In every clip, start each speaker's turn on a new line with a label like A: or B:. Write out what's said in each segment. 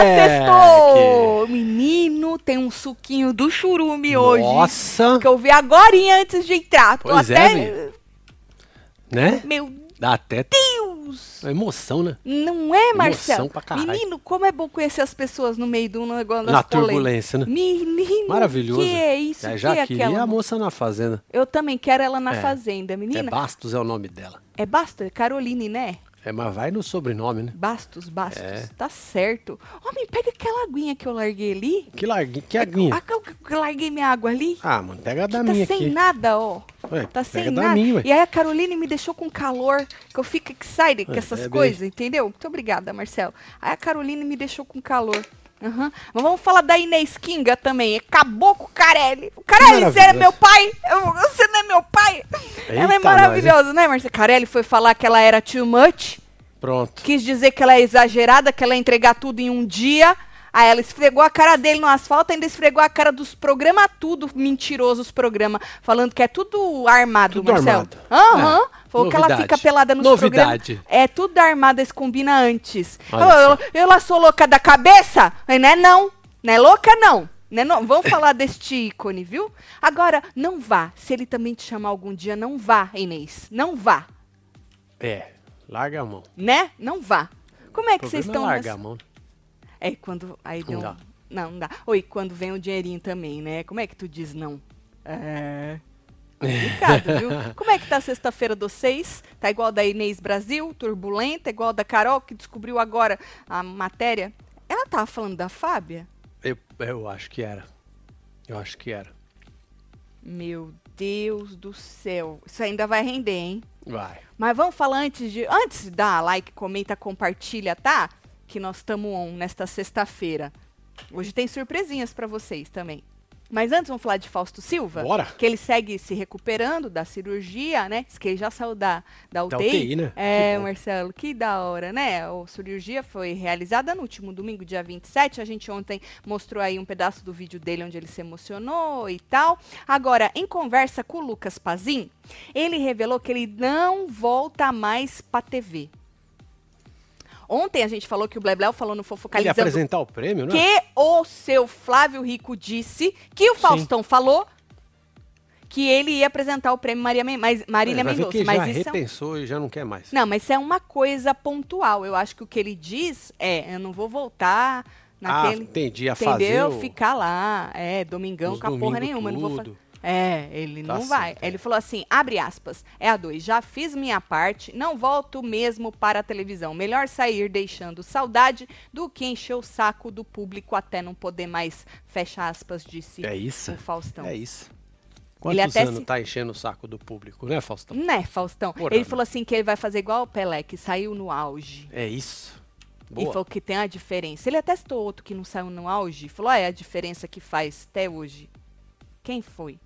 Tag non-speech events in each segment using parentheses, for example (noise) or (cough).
A: É,
B: sextou! Menino, tem um suquinho do churume hoje.
A: Nossa,
B: Que eu vi agora antes de entrar. Tô
A: Pois é,
B: até.
A: menino. né?
B: Meu
A: Dá até
B: Deus!
A: emoção, né?
B: Não é, Marcelo?
A: pra caralho.
B: Menino, como é bom conhecer as pessoas no meio do negócio das
A: Na
B: polêmicas.
A: turbulência, né?
B: Menino,
A: Maravilhoso.
B: que é isso?
A: Já,
B: que
A: já
B: é
A: queria
B: aquela?
A: a moça na fazenda.
B: Eu também quero ela na
A: É.
B: fazenda,
A: É
B: menina.
A: Bastos é o nome dela.
B: É, Bastos, é Caroline, né?
A: É, mas vai no sobrenome, né?
B: Bastos, Bastos,
A: É.
B: tá certo. Homem, pega aquela aguinha que eu larguei ali.
A: Que larguinha, que aguinha.
B: Ah, que eu- que eu larguei minha água ali.
A: Ah, mano, pega a da
B: tá
A: minha
B: sem
A: aqui.
B: nada, ó.
A: Ué,
B: tá
A: pega
B: sem
A: da
B: nada.
A: minha, ué.
B: e aí a Caroline me deixou com calor, que eu fico excited com
A: Ué,
B: essas
A: é,
B: coisas, entendeu? Muito obrigada, Marcelo. Aí a Caroline me deixou com calor. Aham. Mas vamos falar da Inês Kinga também. Acabou com o Carelli. O Carelli, você é
A: maravilhoso.
B: meu pai? Eu- Você não é meu pai? Ela é
A: Eita, nós, hein?
B: maravilhosa, né, Marcelo? Carelli foi falar que ela era too much
A: Pronto.
B: quis dizer que ela é exagerada, que ela ia entregar tudo em um dia. Aí ela esfregou a cara dele no asfalto, ainda esfregou a cara dos programas, tudo mentiroso os programas, falando que é tudo armado,
A: Tudo
B: Marcelo.
A: armado. É,
B: Aham. Falou que ela
A: Novidade.
B: fica pelada nos
A: Novidade.
B: programas. É tudo armado, eles combinam antes.
A: Olha
B: Eu,
A: só.
B: eu, eu sou louca da cabeça? Aí Não é não. Não é louca, não. Não é não.
A: (laughs)
B: Vamos falar deste ícone, viu? Agora, não vá. Se ele também te chamar algum dia, não vá, Inês. Não vá
A: É, larga a mão.
B: né? Não vá. Como é
A: O
B: que vocês
A: problema é
B: estão
A: largar a
B: nessa...
A: mão.
B: É, quando aí deu
A: Não
B: um-
A: dá.
B: Não, não dá. Oi, quando vem o dinheirinho também, né? Como é que tu diz não? É. Complicado,
A: (laughs)
B: viu? Como é que tá a sexta-feira dos seis? Tá igual da Inês Brasil, turbulenta, igual da Carol, que descobriu agora a matéria. Ela tava falando da Fábia?
A: Eu, eu acho que era. Eu acho que era.
B: Meu Deus do céu. Isso ainda vai render, hein?
A: Vai.
B: Mas vamos falar antes de. Antes de dar like, comenta, compartilha, tá? Que nós estamos on nesta sexta-feira. Hoje tem surpresinhas pra vocês também. Mas antes vamos falar de Fausto Silva.
A: Bora.
B: Que ele segue se recuperando da cirurgia, né? Diz que ele já saiu da, da UTI.
A: Da UTI, né?
B: É,
A: Que bom.
B: Marcelo, que da hora, né? A cirurgia foi realizada no último domingo, dia 27. A gente ontem mostrou aí um pedaço do vídeo dele onde ele se emocionou e tal. Agora, em conversa com o Lucas Pazin, ele revelou que ele não volta mais pra TV. Ontem a gente falou que o Blebleu falou no
A: Ele ia
B: Fofocalizando
A: apresentar o prêmio, né?
B: que o seu Flávio Rico disse que o Faustão falou que ele ia apresentar o prêmio Maria Men mas Marília
A: vai ver
B: Mendonça.
A: que já
B: Mas isso é um-
A: repensou e já não quer mais.
B: Não, mas isso é uma coisa pontual. Eu acho que o que ele diz é, eu não vou voltar
A: Ah,
B: naquele...
A: entendi. A fazer
B: entendeu?
A: o,
B: Ficar lá, é, domingão
A: os
B: com a porra
A: domingo
B: nenhuma. eu Não vou fa-
A: tudo.
B: é, ele
A: Tá
B: não vai.
A: certo, é.
B: Ele falou assim, abre aspas, é a dois, já fiz minha parte, não volto mesmo para a televisão. Melhor sair deixando saudade do que encher o saco do público até não poder mais, fecha aspas, disse
A: É isso.
B: o Faustão.
A: É isso.
B: Então. Ele
A: Quantos
B: até
A: anos
B: se-
A: tá enchendo o saco do público, né, Faustão?
B: Né, Faustão?
A: Por
B: ele
A: ano.
B: falou assim que ele vai fazer igual o Pelé, que saiu no auge.
A: É isso.
B: E
A: Boa.
B: falou que tem a diferença. Ele até citou outro que não saiu no auge. Falou, ah, é a diferença que faz até hoje. Quem foi?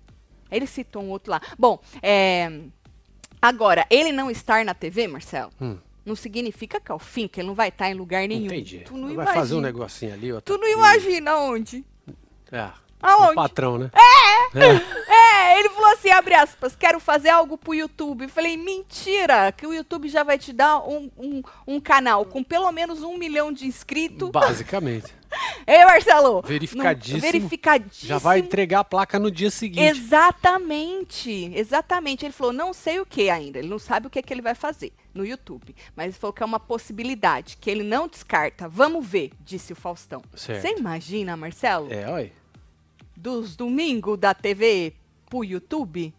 B: Ele citou um outro lá. Bom, é, agora, ele não estar na TV, Marcelo,
A: Hum.
B: não significa que é o fim, que ele não vai estar em lugar nenhum.
A: Entendi.
B: Tu não
A: vai
B: imagina.
A: fazer um negocinho ali, outro
B: Tu não
A: aqui.
B: imagina onde?
A: É.
B: Aonde?
A: O patrão, né? É!
B: É, ele falou assim, abre aspas, quero fazer algo pro YouTube. Eu Falei, mentira, que o YouTube já vai te dar um, um, um canal com pelo menos um milhão de inscritos. (laughs)
A: Basicamente.
B: Ei, Marcelo!
A: Verificadíssimo.
B: Não- verificadíssimo.
A: Já vai entregar a placa no dia seguinte.
B: Exatamente, exatamente. Ele falou, não sei o que ainda. Ele não sabe o que, que ele vai fazer no YouTube. Mas ele falou que é uma possibilidade, que ele não descarta. Vamos ver, disse o Faustão.
A: Certo.
B: Você imagina, Marcelo,
A: É, olha.
B: dos domingos da TV pro YouTube?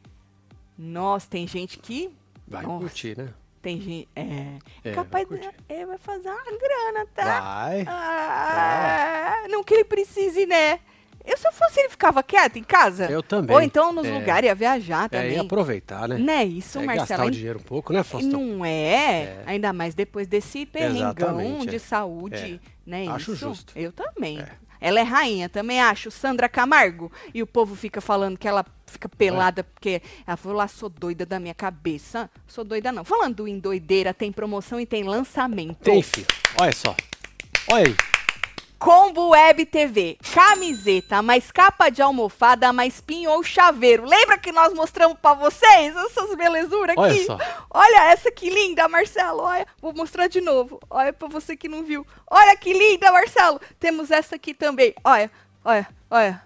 B: Nossa, tem gente que.
A: Vai
B: Nossa.
A: curtir, né?
B: Tem gente. É.
A: É,
B: capaz
A: vai
B: de-
A: curtir.
B: ele vai fazer uma grana, tá?
A: Vai.
B: Ah, Não que ele precise, né? Eu se eu fosse ele ficava quieto em casa.
A: Eu também.
B: Ou então nos
A: É.
B: lugares ia viajar
A: É,
B: também.
A: e aproveitar, né?
B: Não é isso,
A: É, gastar
B: Marcelo?
A: o dinheiro um pouco, né, Faustão?
B: Não é, ainda mais depois desse perrengão
A: Exatamente,
B: de
A: é.
B: saúde, né?
A: Acho
B: isso?
A: justo.
B: Eu também.
A: É.
B: Ela é rainha, também acho. Sandra Camargo. E o povo fica falando que ela fica pelada
A: É.
B: porque ela falou lá, sou doida da minha cabeça. Sou doida não. Falando em doideira, tem promoção e tem lançamento.
A: Tem, filho. Olha só. Olha aí.
B: Combo Web TV, camiseta, mais capa de almofada, mais pinho ou chaveiro. Lembra que nós mostramos pra vocês essas belezuras
A: Olha
B: aqui?
A: só.
B: Olha essa que linda, Marcelo. Olha, vou mostrar de novo. Olha pra você que não viu. Olha que linda, Marcelo. Temos essa aqui também. Olha, olha, olha.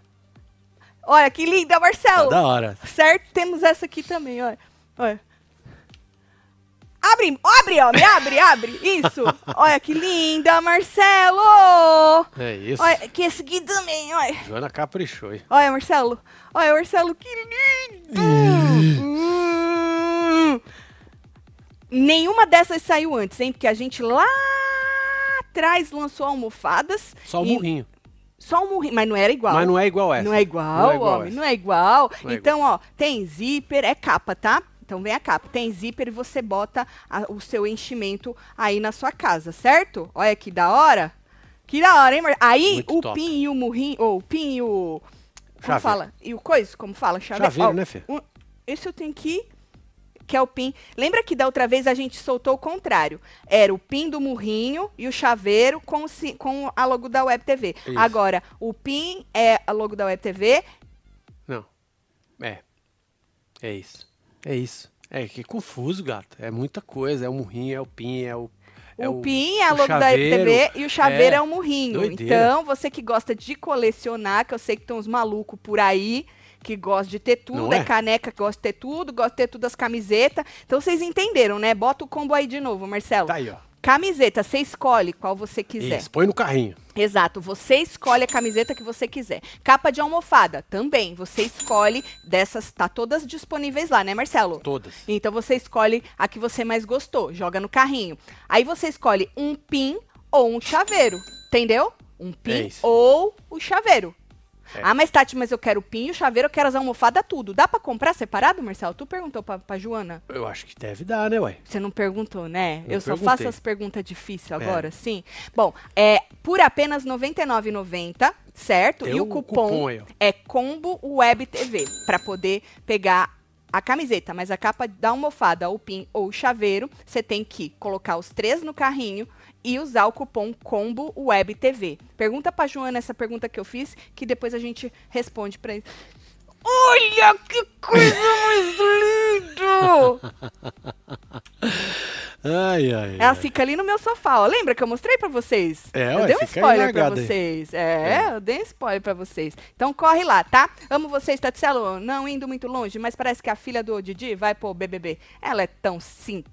B: Olha que linda,
A: Tá
B: Marcelo.
A: da hora.
B: Certo? Temos essa aqui também, olha. olha. Abre, abre, homem, abre, abre.
A: (laughs)
B: Isso. Olha que linda, Marcelo.
A: É isso.
B: Olha, que esse aqui também, olha.
A: Joana caprichou, hein?
B: Olha, Marcelo. Olha, Marcelo, que lindo. Hum. Nenhuma dessas saiu antes, hein? Porque a gente lá atrás lançou almofadas.
A: Só o
B: e-
A: murrinho.
B: Só um murrinho, mas não era igual.
A: Mas não é igual essa.
B: Não é igual,
A: Não é igual
B: homem,
A: essa.
B: não é igual.
A: Não é
B: então, ó, tem zíper, é capa, tá? Então vem a capa. Tem zíper e você bota a- o seu enchimento aí na sua casa, certo? Olha que da hora. Que da hora, hein, Mar... Aí
A: Muito
B: o
A: top.
B: pin e o murrinho, ou o pin e o... Como
A: Chaveiro.
B: fala? E o coisa, como fala? Chaveiro,
A: Chaveiro,
B: Ó,
A: né, Fê?
B: um- esse eu tenho que que é o pin. Lembra que da outra vez a gente soltou o contrário? Era o pin do murrinho e o chaveiro com, o si- com a logo da Web TV.
A: Isso.
B: Agora, o pin é a logo da Web TV.
A: Não. É. É isso. É isso. É que é confuso, gato. É muita coisa. É o murrinho, é o pin, é o. é
B: o pin é a
A: o
B: logo da Web
A: chaveiro.
B: TV e o chaveiro é,
A: É.
B: o murrinho.
A: Doideira.
B: Então, você que gosta de colecionar, que eu sei que tem uns malucos por aí. Que gosta de ter tudo,
A: Não
B: é?
A: é?
B: caneca, que gosta de ter tudo, gosta de ter tudo as camisetas. Então vocês entenderam, né? Bota o combo aí de novo, Marcelo.
A: Tá aí, ó.
B: Camiseta, você escolhe qual você quiser.
A: Isso. Põe no carrinho.
B: Exato, você escolhe a camiseta que você quiser. Capa de almofada, também. Você escolhe dessas, tá todas disponíveis lá, né, Marcelo?
A: Todas.
B: Então você escolhe a que você mais gostou, joga no carrinho. Aí você escolhe um pin ou um chaveiro, entendeu? Um
A: É
B: pin
A: isso.
B: ou o chaveiro.
A: É.
B: Ah, mas Tati, mas eu quero o pin e o chaveiro, eu quero as almofadas, tudo. Dá pra comprar separado, Marcelo? Tu perguntou pra, pra Joana?
A: Eu acho que deve dar, né, ué?
B: Você não perguntou, né?
A: Não
B: eu É. só
A: perguntei.
B: faço as perguntas difíceis agora, sim. Bom, é por apenas R$ 99,90, certo?
A: Tem
B: e o
A: um
B: cupom,
A: cupom aí, ó.
B: é Combo Web TV para poder pegar a camiseta, mas a capa da almofada, o pin ou o chaveiro, você tem que colocar os três no carrinho e usar o cupom Combo Web TV. Pergunta pra Joana essa pergunta que eu fiz, que depois a gente responde pra ele. Olha que coisa (laughs) mais linda!
A: Ai, ai.
B: Ela
A: ai.
B: fica ali no meu sofá, ó. Lembra que eu mostrei pra vocês?
A: É,
B: eu
A: ué,
B: dei um
A: fica aí
B: spoiler pra
A: largada aí.
B: vocês. É, eu dei um spoiler pra vocês. Então corre lá, tá? Amo vocês, Tatselo. Não indo muito longe, mas parece que a filha do Didi vai pro BBB. Ela é tão sim.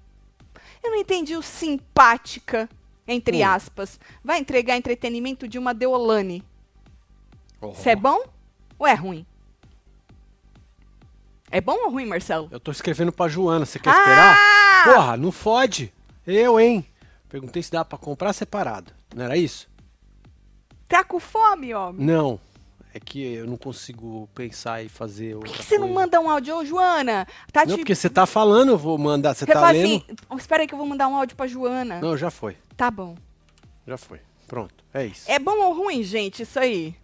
B: Eu não entendi o simpática, entre
A: Hum.
B: aspas. Vai entregar entretenimento de uma Deolane.
A: Ó,
B: Isso é bom ou é ruim? É bom ou ruim, Marcelo?
A: Eu tô escrevendo pra Joana, você quer esperar?
B: Ah!
A: Porra, não fode. Eu, hein? Perguntei se dá pra comprar separado. Não era isso?
B: Tá com fome, homem?
A: Não. É que eu não consigo pensar e fazer
B: Por
A: outra
B: que que você não
A: coisa.
B: manda um áudio, ô Joana? Tá
A: Não,
B: te...
A: porque você tá falando, eu vou mandar. Você
B: Você
A: tá
B: fala
A: lendo?
B: assim, "Oh, espera aí que eu vou mandar um áudio pra Joana.
A: Não, já foi.
B: Tá bom.
A: Já foi. Pronto. É isso.
B: É bom ou ruim, gente, isso aí?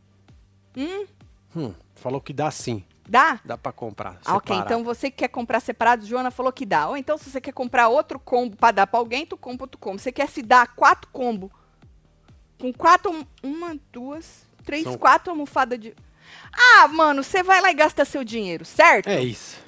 A: Hum, falou que dá sim.
B: Dá?
A: Dá pra comprar.
B: Ah, ok,
A: separado.
B: então você que quer comprar separado, Joana falou que dá. Ou então se você quer comprar outro combo pra dar pra alguém, tu compra outro combo. Você quer se dar quatro combo com quatro, um- uma, duas, três,
A: São-
B: quatro almofadas de... Ah, mano, você vai lá e gasta seu dinheiro, certo?
A: É isso.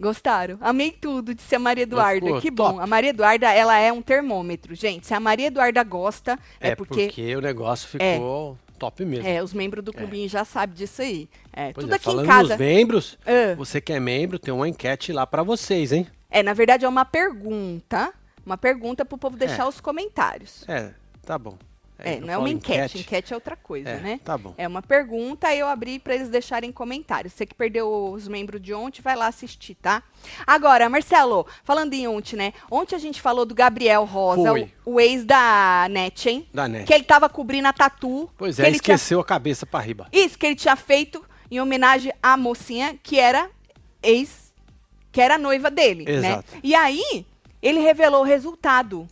B: Gostaram? Amei tudo, disse a Maria Eduarda.
A: ficou
B: que
A: top.
B: bom. A Maria Eduarda, ela é um termômetro, gente. Se a Maria Eduarda gosta, é,
A: É, porque... o negócio ficou top mesmo.
B: É, os membros do clubinho já sabem disso aí. É,
A: Pois
B: tudo
A: é,
B: aqui em
A: falando
B: casa.
A: nos membros,
B: Ah,
A: você que é membro, tem uma enquete lá pra vocês, hein?
B: é, na verdade é uma pergunta. Uma pergunta pro povo deixar os comentários.
A: É, tá bom.
B: É,
A: eu
B: não é
A: falo
B: uma enquete. Enquete, é outra coisa,
A: É,
B: né?
A: Tá bom.
B: É uma pergunta, eu abri pra eles deixarem comentários. Você que perdeu os membros de ontem, vai lá assistir, tá? Agora, Marcelo, falando em ontem, né? Ontem a gente falou do Gabriel Rosa,
A: Foi.
B: o, o ex da NET, hein?
A: Da NET.
B: Que ele tava cobrindo a tatu.
A: né? Pois
B: que
A: é,
B: ele tinha
A: esqueceu a cabeça pra riba.
B: Isso que ele tinha feito em homenagem à mocinha que era ex, que era noiva dele,
A: Exato.
B: né? E aí ele revelou o resultado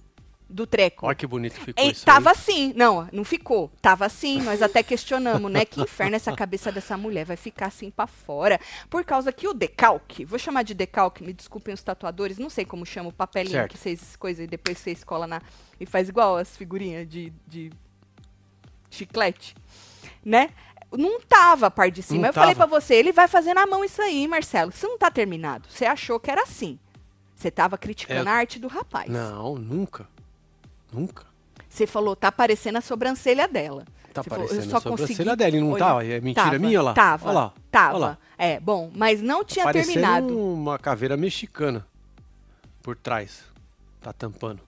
B: do treco.
A: Olha que bonito que ficou
B: E
A: isso
B: tava
A: aí.
B: assim, não, não ficou. Tava assim, nós até questionamos, né? Que inferno essa cabeça dessa mulher vai ficar assim pra fora. Por causa que o decalque, vou chamar de decalque, me desculpem os tatuadores, não sei como chama o papelinho
A: Certo.
B: que vocês coisam e depois vocês colam na. e faz igual as figurinhas de, de chiclete, né? Não tava a parte de cima.
A: Não
B: eu falei pra
A: tava.
B: você, ele vai fazer na mão isso aí, Marcelo. Isso não tá terminado. Você achou que era assim. Você tava criticando
A: É.
B: a arte do rapaz.
A: Não, nunca. Nunca.
B: Você falou, tá parecendo a sobrancelha dela.
A: Tá
B: Você falou,
A: parecendo
B: eu só
A: a sobrancelha
B: consegui
A: dela, e não
B: olhar.
A: tá? É mentira
B: Tava,
A: minha, olha lá.
B: Tava,
A: Olha lá,
B: tava.
A: olha lá. um-
B: É, bom, mas não tinha
A: Parecendo
B: terminado.
A: uma caveira mexicana por trás. Tá tampando.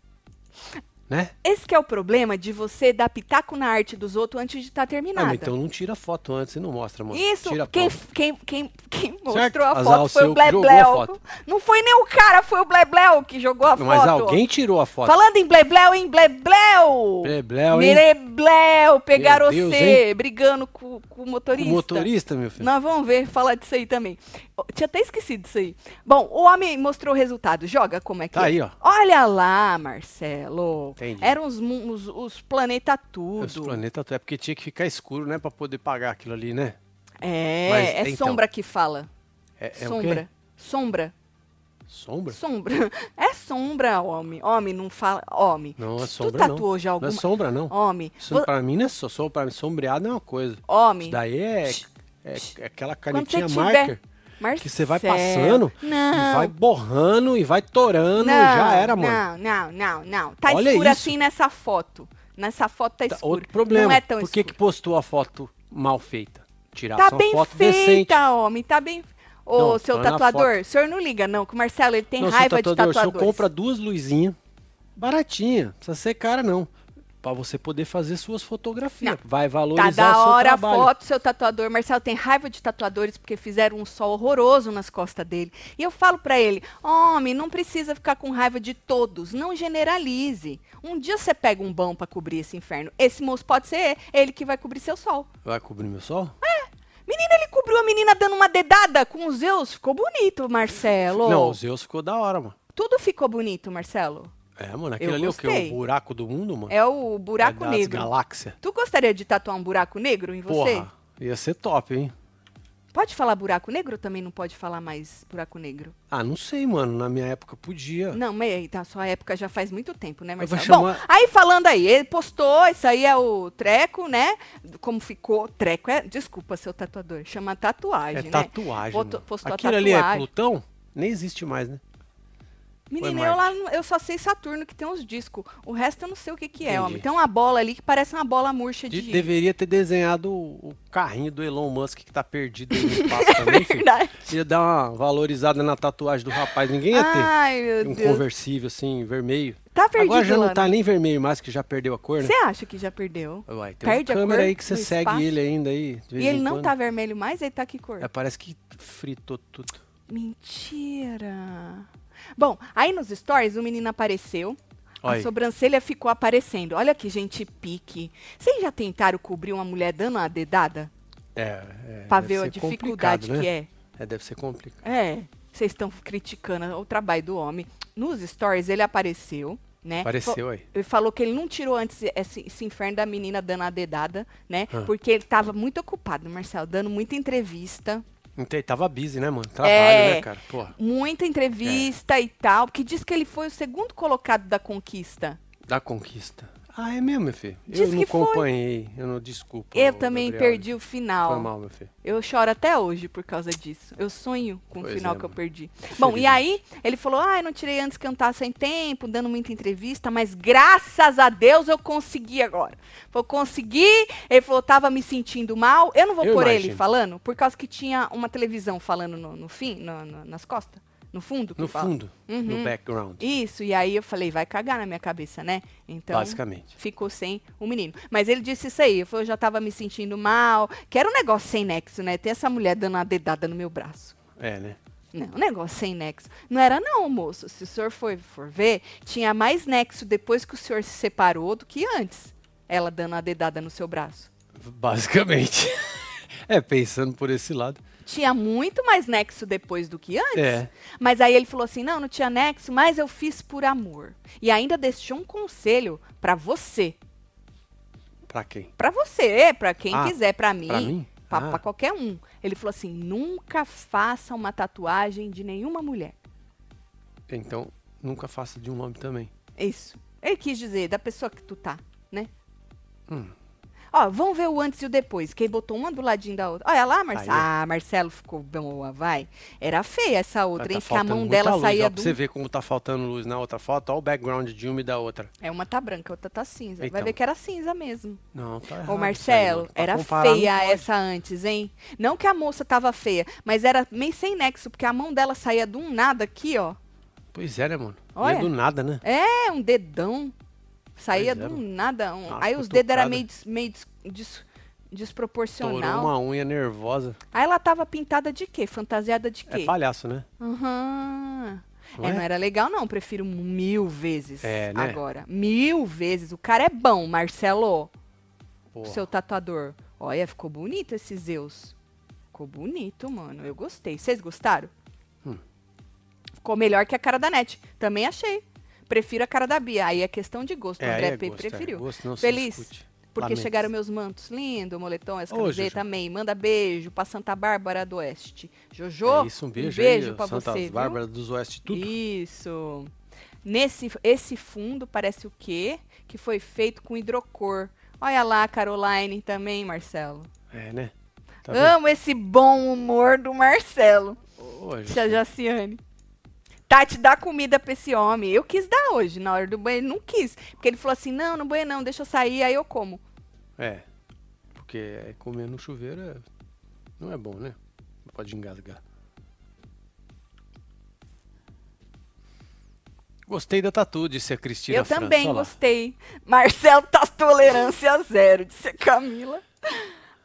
A: Né?
B: Esse que é o problema de você dar pitaco na arte dos outros antes de estar tá
A: Ah,
B: terminada.
A: mas então não tira foto antes e não mostra, mano.
B: Isso,
A: Tira
B: quem,
A: foto.
B: quem, quem, quem mostrou a
A: Azar
B: foto
A: o
B: foi
A: seu
B: o
A: que jogou a
B: Blebleu.
A: foto.
B: Não foi nem o cara, foi o Blebleu que jogou a
A: Mas
B: foto.
A: alguém tirou a foto.
B: Falando em Blebleu, hein, Blebleu!
A: Blebleu, hein?
B: Merebleu, pegaram
A: Deus,
B: você, brigando com, com o
A: O
B: motorista.
A: motorista, meu filho.
B: Nós vamos ver, falar disso aí também. Eu tinha até esquecido disso aí. Bom, o homem mostrou o resultado. Joga como é que
A: Tá
B: é.
A: aí, ó.
B: Olha lá, Marcelo.
A: Entendi.
B: Eram os, mu- os, os planeta tudo.
A: Os planetas, é porque tinha que ficar escuro, né? Pra poder pagar aquilo ali, né?
B: É,
A: Mas,
B: é
A: então.
B: sombra que fala.
A: É, é o quê?
B: sombra. Sombra.
A: Sombra?
B: Sombra. (laughs) É sombra, homem. Homem não fala. Homem.
A: Não, é
B: tu
A: sombra não.
B: tatuou já alguma.
A: Não é sombra, não.
B: Homem.
A: Isso
B: vo-
A: pra mim não é só sombra, pra mim sombreado é uma coisa.
B: Homem.
A: Isso daí é, é- é aquela
B: Quando você
A: canetinha
B: tiver.
A: marker
B: Marcelo.
A: que você vai passando
B: Não.
A: e vai borrando e vai torando.
B: Não,
A: já era, mano.
B: Não, é não, não, não. Tá
A: Olha
B: escuro
A: isso.
B: assim nessa foto. Nessa foto tá
A: Tá,
B: escuro.
A: outro problema.
B: Não é tão
A: Por que, que
B: escuro.
A: postou a foto mal feita? Tirar
B: Tá
A: só
B: bem
A: foto
B: feita,
A: decente.
B: homem. Tá bem. Ô,
A: Não,
B: seu
A: tô na
B: tatuador, o senhor não liga, não, que o Marcelo ele tem
A: Não, seu
B: raiva
A: tatuador,
B: de
A: o senhor
B: tatuadores.
A: compra duas luzinhas baratinha, precisa ser cara não, Pra você poder fazer suas fotografias. Vai
B: Tá
A: valorizar o
B: da
A: seu
B: hora a
A: trabalho.
B: foto, seu tatuador. Marcelo tem raiva de tatuadores porque fizeram um sol horroroso nas costas dele. E eu falo pra ele: homem, não precisa ficar com raiva de todos. Não generalize. Um dia você pega um bom pra cobrir esse inferno. Esse moço pode ser ele que vai cobrir seu sol.
A: Vai cobrir meu sol?
B: Menina, ele cobriu a menina dando uma dedada com os Zeus. Ficou bonito, Marcelo.
A: Não, o Zeus ficou da hora, mano.
B: Tudo ficou bonito, Marcelo.
A: É, mano, aquilo
B: Eu
A: ali é o quê?
B: gostei.
A: O buraco do mundo, mano?
B: É o buraco
A: das
B: negro.
A: galáxias.
B: Tu gostaria de tatuar um buraco negro em você?
A: Porra, ia ser top, hein?
B: Pode falar buraco negro ou também não pode falar mais buraco negro?
A: Ah, não sei, mano. Na minha época podia.
B: Não, mas aí, tá, sua época já faz muito tempo, né,
A: É. Eu vou
B: Marcelo? Bom,
A: chamar-
B: aí falando aí, ele postou, isso aí é o treco, né? Como ficou, treco é, desculpa, seu tatuador, chama
A: é
B: tatuagem, né?
A: tatuagem.
B: Botou-
A: mano.
B: postou a
A: Aquilo ali é
B: tatuagem.
A: Plutão? Nem existe mais, né?
B: Menina,
A: Foi
B: eu, lá, eu só sei Saturno que tem uns discos. O resto eu não sei o que, que é,
A: Entendi.
B: homem. Tem uma bola ali que parece uma bola murcha de. (laughs)
A: De- deveria ter desenhado o, o carrinho do Elon Musk que tá perdido aí no espaço
B: (laughs)
A: também. filho.
B: Verdade.
A: Ia dar uma valorizada na tatuagem do rapaz. Ninguém ia ter
B: Ai, Ah, meu
A: um
B: Deus.
A: conversível assim, vermelho.
B: Tá perdido
A: Agora já não
B: lá,
A: tá
B: né?
A: nem vermelho mais, que já perdeu a cor, né?
B: Você acha que já perdeu?
A: Uai, tem uma
B: Perde a
A: câmera
B: cor
A: aí que você
B: no
A: segue
B: espaço.
A: ele ainda aí. de vez
B: E ele
A: em
B: não
A: quando.
B: tá vermelho mais, ele tá que cor?
A: É, parece que fritou tudo.
B: Mentira. Bom, aí nos stories o menino apareceu. A
A: Olha,
B: sobrancelha ficou aparecendo. Olha que gente pique. Vocês já tentaram cobrir uma mulher dando uma dedada?
A: é, é,
B: pra
A: deve
B: ver a
A: ser
B: dificuldade
A: complicado, né?
B: que é.
A: É, deve ser complicado.
B: É, vocês estão criticando o trabalho do homem. Nos stories ele apareceu, né? Fa-
A: Apareceu aí.
B: Ele falou que ele não tirou antes esse, esse inferno da menina dando a dedada, né?
A: Ah.
B: Porque ele tava muito ocupado, Marcelo, dando muita entrevista.
A: Entendi, tava busy, né, mano? Trabalho,
B: É.
A: né, cara? Porra.
B: Muita entrevista
A: É.
B: e tal. Porque diz que ele foi o segundo colocado da conquista.
A: Da conquista. Ah, é mesmo, meu filho?
B: Diz
A: eu não
B: que foi.
A: acompanhei. Eu não desculpa.
B: eu
A: ô,
B: também
A: Gabriel.
B: perdi o
A: Foi
B: final.
A: mal, meu filho.
B: Eu choro até hoje por causa disso. Eu sonho com o
A: Pois
B: final
A: é,
B: que eu
A: mano.
B: perdi. Bom, e
A: Infelizmente.
B: aí ele falou: ah, eu não tirei antes que eu não tava sem tempo, dando muita entrevista, mas graças a Deus eu consegui agora. Eu consegui, ele falou, tava me sentindo mal. Eu não vou
A: Eu
B: por ele
A: imagino.
B: falando, por causa que tinha uma televisão falando no, no fim, no- no- nas costas, no fundo. que
A: No
B: fala.
A: fundo,
B: Uhum.
A: no background,
B: Isso, e aí eu falei, vai cagar na minha cabeça, né? Então,
A: basicamente.
B: ficou sem o menino. Mas ele disse isso aí, eu falei, eu já tava me sentindo mal, que era um negócio sem nexo, né? Ter essa mulher dando uma dedada no meu braço.
A: É, né?
B: Não, um negócio sem nexo. Não era não, moço. Se o senhor for, for ver, tinha mais nexo depois que o senhor se separou do que antes. Ela dando a dedada no seu braço.
A: Basicamente. (laughs) é, pensando por esse lado.
B: Tinha muito mais nexo depois do que antes.
A: É.
B: Mas aí ele falou assim: não, não tinha nexo, mas eu fiz por amor. E ainda deixou um conselho pra você.
A: Pra quem?
B: Pra você, é, pra quem
A: Ah,
B: quiser, pra mim,
A: Pra mim?
B: pra-
A: Ah,
B: pra qualquer um. Ele falou assim: nunca faça uma tatuagem de nenhuma mulher.
A: Então, nunca faça de um homem também.
B: É Isso. Ele quis dizer da pessoa que tu tá, né?
A: Hum.
B: Ó, vamos ver o antes e o depois. Quem botou uma do ladinho da outra. Olha lá, Marcelo.
A: Aí.
B: Ah, Marcelo ficou boa, vai. Era feia essa outra, hein?
A: Tá
B: Porque a
A: faltando
B: mão
A: muita
B: dela
A: luz,
B: saía
A: ó,
B: do.
A: pra você ver como tá faltando luz na outra foto. Olha o background de uma e da outra.
B: É, uma tá branca, a outra tá cinza. Vai
A: Então.
B: ver que era cinza mesmo.
A: Não, tá errado.
B: Ô,
A: isso aí,
B: Marcelo,
A: mano. Pra
B: era
A: comparar, não
B: feia
A: pode.
B: essa antes, hein? Não que a moça tava feia, mas era meio sem nexo, porque a mão dela saía de um nada aqui, ó.
A: Pois é, né, mano?
B: Olha.
A: Não é do nada, né?
B: É, um dedão. Saía
A: Pois é,
B: do
A: mano.
B: nada. um-
A: Uma
B: Aí os dedos eram
A: cutucada.
B: meio, des- meio des- des-
A: Torou
B: desproporcional.
A: uma unha nervosa.
B: Aí ela tava pintada de quê? Fantasiada de
A: É
B: quê?
A: palhaço, né?
B: Aham.
A: Não
B: É,
A: é?
B: não era legal, não. Prefiro mil vezes
A: É, né?
B: agora. Mil vezes. O cara é bom, Marcelo,
A: Pô,
B: o seu tatuador. Olha, ficou bonito esse Zeus. Ficou bonito, mano. Eu gostei. Vocês gostaram?
A: Hum.
B: Ficou melhor que a cara da NET. Também achei. Prefiro a cara da Bia. Aí é questão de gosto.
A: É,
B: o
A: aí
B: André
A: é
B: P
A: gosto, é.
B: preferiu.
A: Gosto não se
B: Feliz.
A: discute.
B: Porque
A: Lamento.
B: chegaram meus mantos. Lindo, moletom, essa
A: Ô,
B: camiseta
A: Jojo.
B: também. Manda beijo pra Santa Bárbara do Oeste. Jojo,
A: É isso, um beijo, aí,
B: pra
A: Santa
B: você. viu?
A: Bárbara dos Oeste, tudo.
B: Isso. Nesse esse fundo parece o quê? Que foi feito com hidrocor. Olha lá, Caroline também, Marcelo.
A: É, né? Tá vendo?
B: Amo esse bom humor do Marcelo.
A: Ô, gente,
B: Tia Jaciane. Tati, dá comida pra esse homem. Eu quis dar hoje, na hora do banho. Ele não quis. Porque ele falou assim: não, no banho não, deixa eu sair, aí eu como.
A: É. Porque é, comer no chuveiro é- não é bom, né? Pode engasgar. Gostei da tatu, disse a Cristina
B: eu
A: França.
B: também
A: Olha lá.
B: gostei. Marcelo tá tolerância zero, disse a Camila.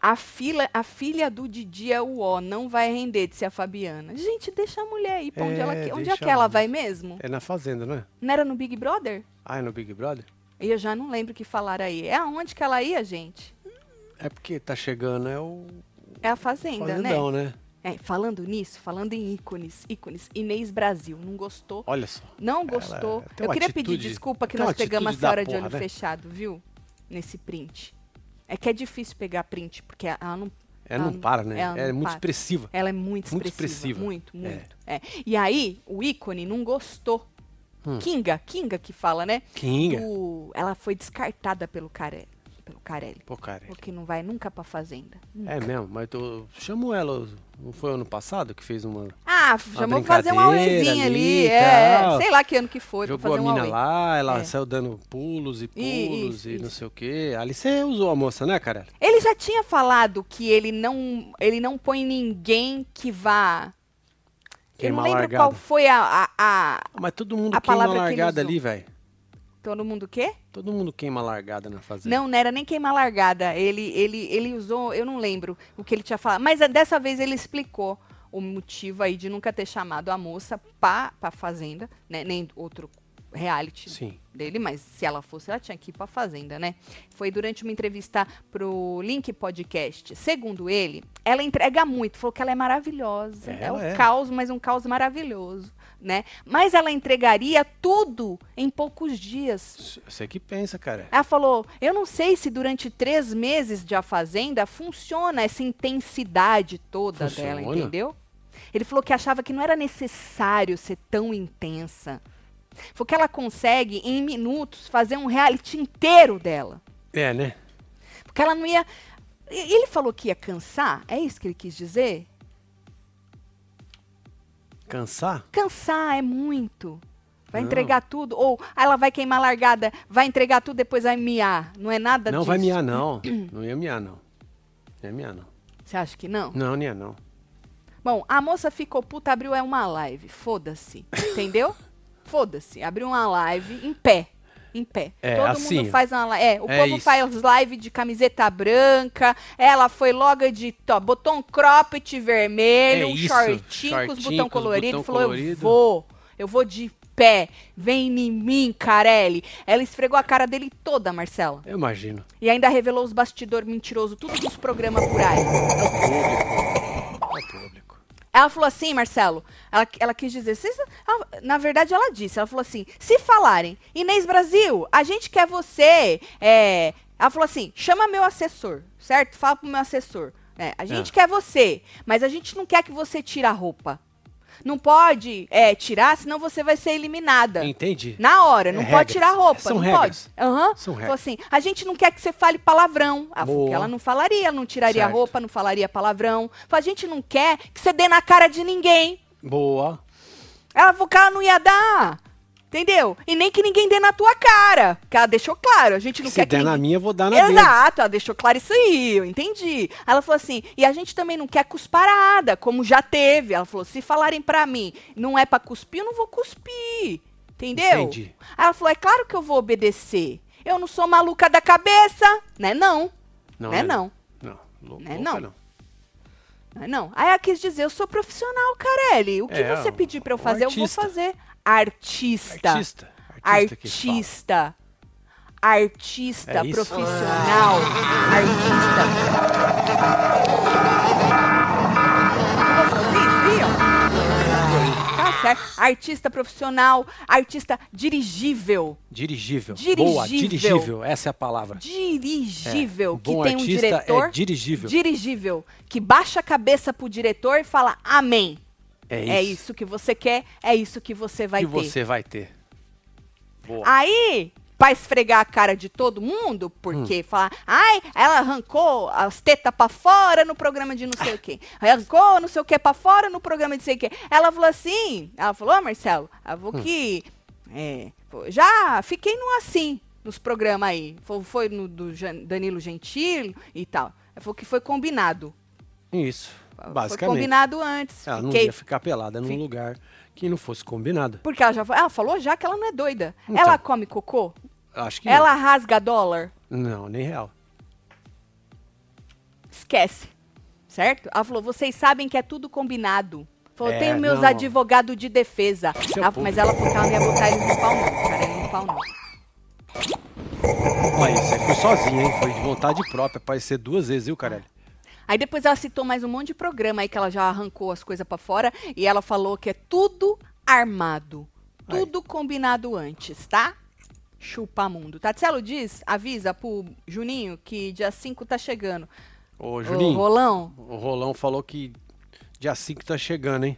B: A, fila, a filha do Didi é o ó, não vai render, disse a Fabiana. Gente, deixa a mulher ir pra onde
A: É,
B: ela quer. Onde é
A: deixa
B: que ela
A: a
B: vai mesmo?
A: É na fazenda, não é?
B: Não era no Big Brother?
A: Ah, é no Big Brother?
B: E eu já não lembro o que falaram aí. É aonde que ela ia, gente?
A: É porque tá chegando, é o
B: É a Fazenda, né?
A: fazendão, né?
B: É, falando nisso, falando em ícones, ícones, Inês Brasil, não gostou?
A: Olha só.
B: Não gostou.
A: tem
B: Eu
A: uma
B: queria pedir
A: atitude-
B: desculpa que
A: tem uma
B: nós pegamos a
A: atitude da
B: senhora de
A: porra,
B: olho
A: né?
B: fechado, viu? Nesse print. É que é difícil pegar print, porque ela não.
A: É, não
B: não-
A: para, né?
B: ela
A: É,
B: Ah, não
A: muito
B: para.
A: expressiva.
B: Ela é muito expressiva.
A: Muito expressiva.
B: Muito,
A: É.
B: muito. É. E aí, o ícone não gostou. Kinga, Kinga que fala, né?
A: Hum. Kinga.
B: Do- Ela foi descartada pelo Carelli. Pelo Carelli.
A: Pô, cara.
B: Porque não vai nunca pra fazenda.
A: É mesmo, mas tu chamou ela, não foi ano passado que fez uma.
B: Ah, chamou pra fazer um
A: brincadeira
B: auezinha ali.
A: ali,
B: é,
A: tal.
B: sei lá que ano que foi, pra
A: Jogou a
B: fazer um
A: mina
B: auê.
A: lá, ela
B: É.
A: saiu dando pulos e pulos
B: isso,
A: e não
B: isso.
A: sei o quê. Ali você usou a moça, né, cara?
B: Ele já tinha falado que ele não, ele não põe ninguém que vá. eu
A: Queima
B: não
A: a
B: lembro
A: largada.
B: qual foi a, a, a-
A: Ah, Mas todo mundo
B: A
A: queima
B: palavra que ele
A: largada
B: usou.
A: ali, velho.
B: Todo mundo o quê?
A: Todo mundo queima largada na fazenda.
B: Não, não era nem queimar largada. Ele, ele, ele usou, eu não lembro o que ele tinha falado. Mas eh, dessa vez ele explicou o motivo aí de nunca ter chamado a moça pra, pra fazenda, né? Nem outro reality né?
A: Sim.
B: dele, mas se ela fosse, ela tinha que ir pra fazenda, né? Foi durante uma entrevista pro Link Podcast. Segundo ele, ela entrega muito, falou que ela é maravilhosa.
A: É,
B: É, um
A: ela é.
B: caos, mas um caos maravilhoso, né? Mas ela entregaria tudo em poucos dias.
A: S- Você que pensa, cara.
B: Ela falou: Eu não sei se durante três meses de A Fazenda funciona essa intensidade toda
A: Funciona?
B: dela, entendeu? Ele falou que achava que não era necessário ser tão intensa. Foi que ela consegue, em minutos, fazer um reality inteiro dela.
A: É, né?
B: Porque ela não ia. E- Ele falou que ia cansar? É isso que ele quis dizer?
A: Cansar?
B: Cansar é muito. Vai
A: Não.
B: entregar tudo. Ou ah, ela vai queimar a largada, vai entregar tudo, depois vai miar. Não é nada
A: não
B: disso.
A: vai
B: (clears throat)
A: miar, não. Não ia miar, não. Não ia miar, não.
B: Você acha que não?
A: Não, não ia, não.
B: Bom, a moça ficou puta, abriu é uma live. Foda-se.
A: (laughs)
B: Entendeu? Foda-se. Abriu uma live em pé. Em pé.
A: É,
B: Todo mundo
A: assim.
B: faz uma live. É, o
A: É
B: povo
A: isso.
B: faz live de camiseta branca. Ela foi logo de top. Botou um cropped vermelho,
A: É
B: um
A: isso,
B: shortinho com os
A: shortinho
B: botão
A: com os
B: colorido.
A: botão
B: falou: eu
A: colorido.
B: vou, eu vou de pé. Vem em mim, Carelli. Ela esfregou a cara dele toda, Marcela.
A: Eu imagino.
B: E ainda revelou os bastidores mentirosos, tudo dos programas por aí.
A: É o público. É o público.
B: Ela falou assim, Marcelo. Ela, ela quis dizer. "Vocês- ela- na verdade, ela disse. Ela falou assim: se falarem, Inês Brasil, a gente quer você. é", ela falou assim: chama meu assessor, certo? né? Fala pro meu assessor. É, a gente quer você, mas a gente não quer que você tire a roupa. Não pode é, tirar, senão você vai ser eliminada.
A: Entendi.
B: Na hora, não
A: É
B: pode
A: regras.
B: tirar a roupa,
A: São
B: não
A: regras.
B: pode. Aham.
A: São
B: Falou
A: regras.
B: assim, a gente não quer que você fale palavrão. Ah,
A: Boa.
B: porque ela não falaria, não tiraria a
A: Certo.
B: roupa, não falaria palavrão. Falou, a gente não quer que você dê na cara de ninguém.
A: Boa.
B: Ela falou que ela não ia dar. Entendeu? E nem que ninguém dê na tua cara. Porque ela deixou claro, a gente não
A: Se
B: quer que
A: der na
B: ninguém...
A: minha, eu vou dar na dele.
B: Exato, ela deixou claro isso aí, eu entendi. Ela falou assim, e a gente também não quer cusparada, como já teve. Ela falou, se falarem pra mim, não é pra cuspir, eu não vou cuspir. Entendeu?
A: Entendi.
B: Aí ela falou, é claro que eu vou obedecer. Eu não sou maluca da cabeça. Né não, né não,
A: Não, é? lou-
B: Né,
A: louca
B: não.
A: não.
B: né não. Aí ela quis dizer, eu sou profissional, Carelli. O que
A: É,
B: você
A: um-
B: pedir pra eu
A: um
B: fazer,
A: artista.
B: eu vou fazer. Artista.
A: Artista. Artista. que
B: artista,
A: fala.
B: artista
A: É isso? Ah.
B: profissional, artista. Vocês viram? Tá certo. Artista profissional, artista dirigível.
A: Dirigível.
B: Dirigível.
A: Boa, dirigível. Essa é a palavra.
B: Dirigível.
A: É,
B: Que
A: bom
B: tem um
A: artista
B: diretor.
A: é dirigível.
B: dirigível, Que baixa a cabeça pro diretor e fala amém.
A: É isso,
B: É isso que você quer, é isso que você vai
A: que
B: ter.
A: você vai ter. Boa.
B: Aí, pra esfregar a cara de todo mundo, porque
A: Hum.
B: falar, ai, ela arrancou as tetas pra fora no programa de não sei o quê. Arrancou não sei o quê pra fora no programa de não sei o quê. Ela falou assim, ela falou, "Ô, Marcelo, eu vou
A: Hum.
B: que. é, pô, já fiquei no assim nos programas aí. Foi, foi no do Jan- Danilo Gentili e tal. Ela falou que foi combinado.
A: Isso.
B: Foi
A: Basicamente.
B: combinado antes.
A: Ela não
B: fiquei-
A: ia ficar pelada num
B: Fi-
A: lugar que não fosse combinado.
B: Porque ela já fa- ela falou já que ela não é doida.
A: Então.
B: Ela come cocô?
A: Acho que
B: Ela rasga dólar?
A: não. Não, nem real.
B: esquece, certo? Ela falou, vocês sabem que é tudo combinado. Falou,
A: É,
B: tenho meus
A: não.
B: advogados de defesa.
A: Isso é
B: Ela-
A: público.
B: mas ela falou que ela não ia botar ele no pau não, cara, ele no pau não.
A: Olha, isso aí foi sozinha, hein? Foi de vontade própria. Aparecer duas vezes, viu, Carelli?
B: Aí depois ela citou mais um monte de programa aí que ela já arrancou as coisas pra fora e ela falou que é tudo armado,
A: Aí.
B: tudo combinado antes, tá? Chupa mundo. Tatielo diz, avisa pro Juninho que dia 5 tá chegando.
A: Ô,
B: Ô,
A: Juninho,
B: Rolão,
A: o Rolão falou que dia 5 tá chegando, hein?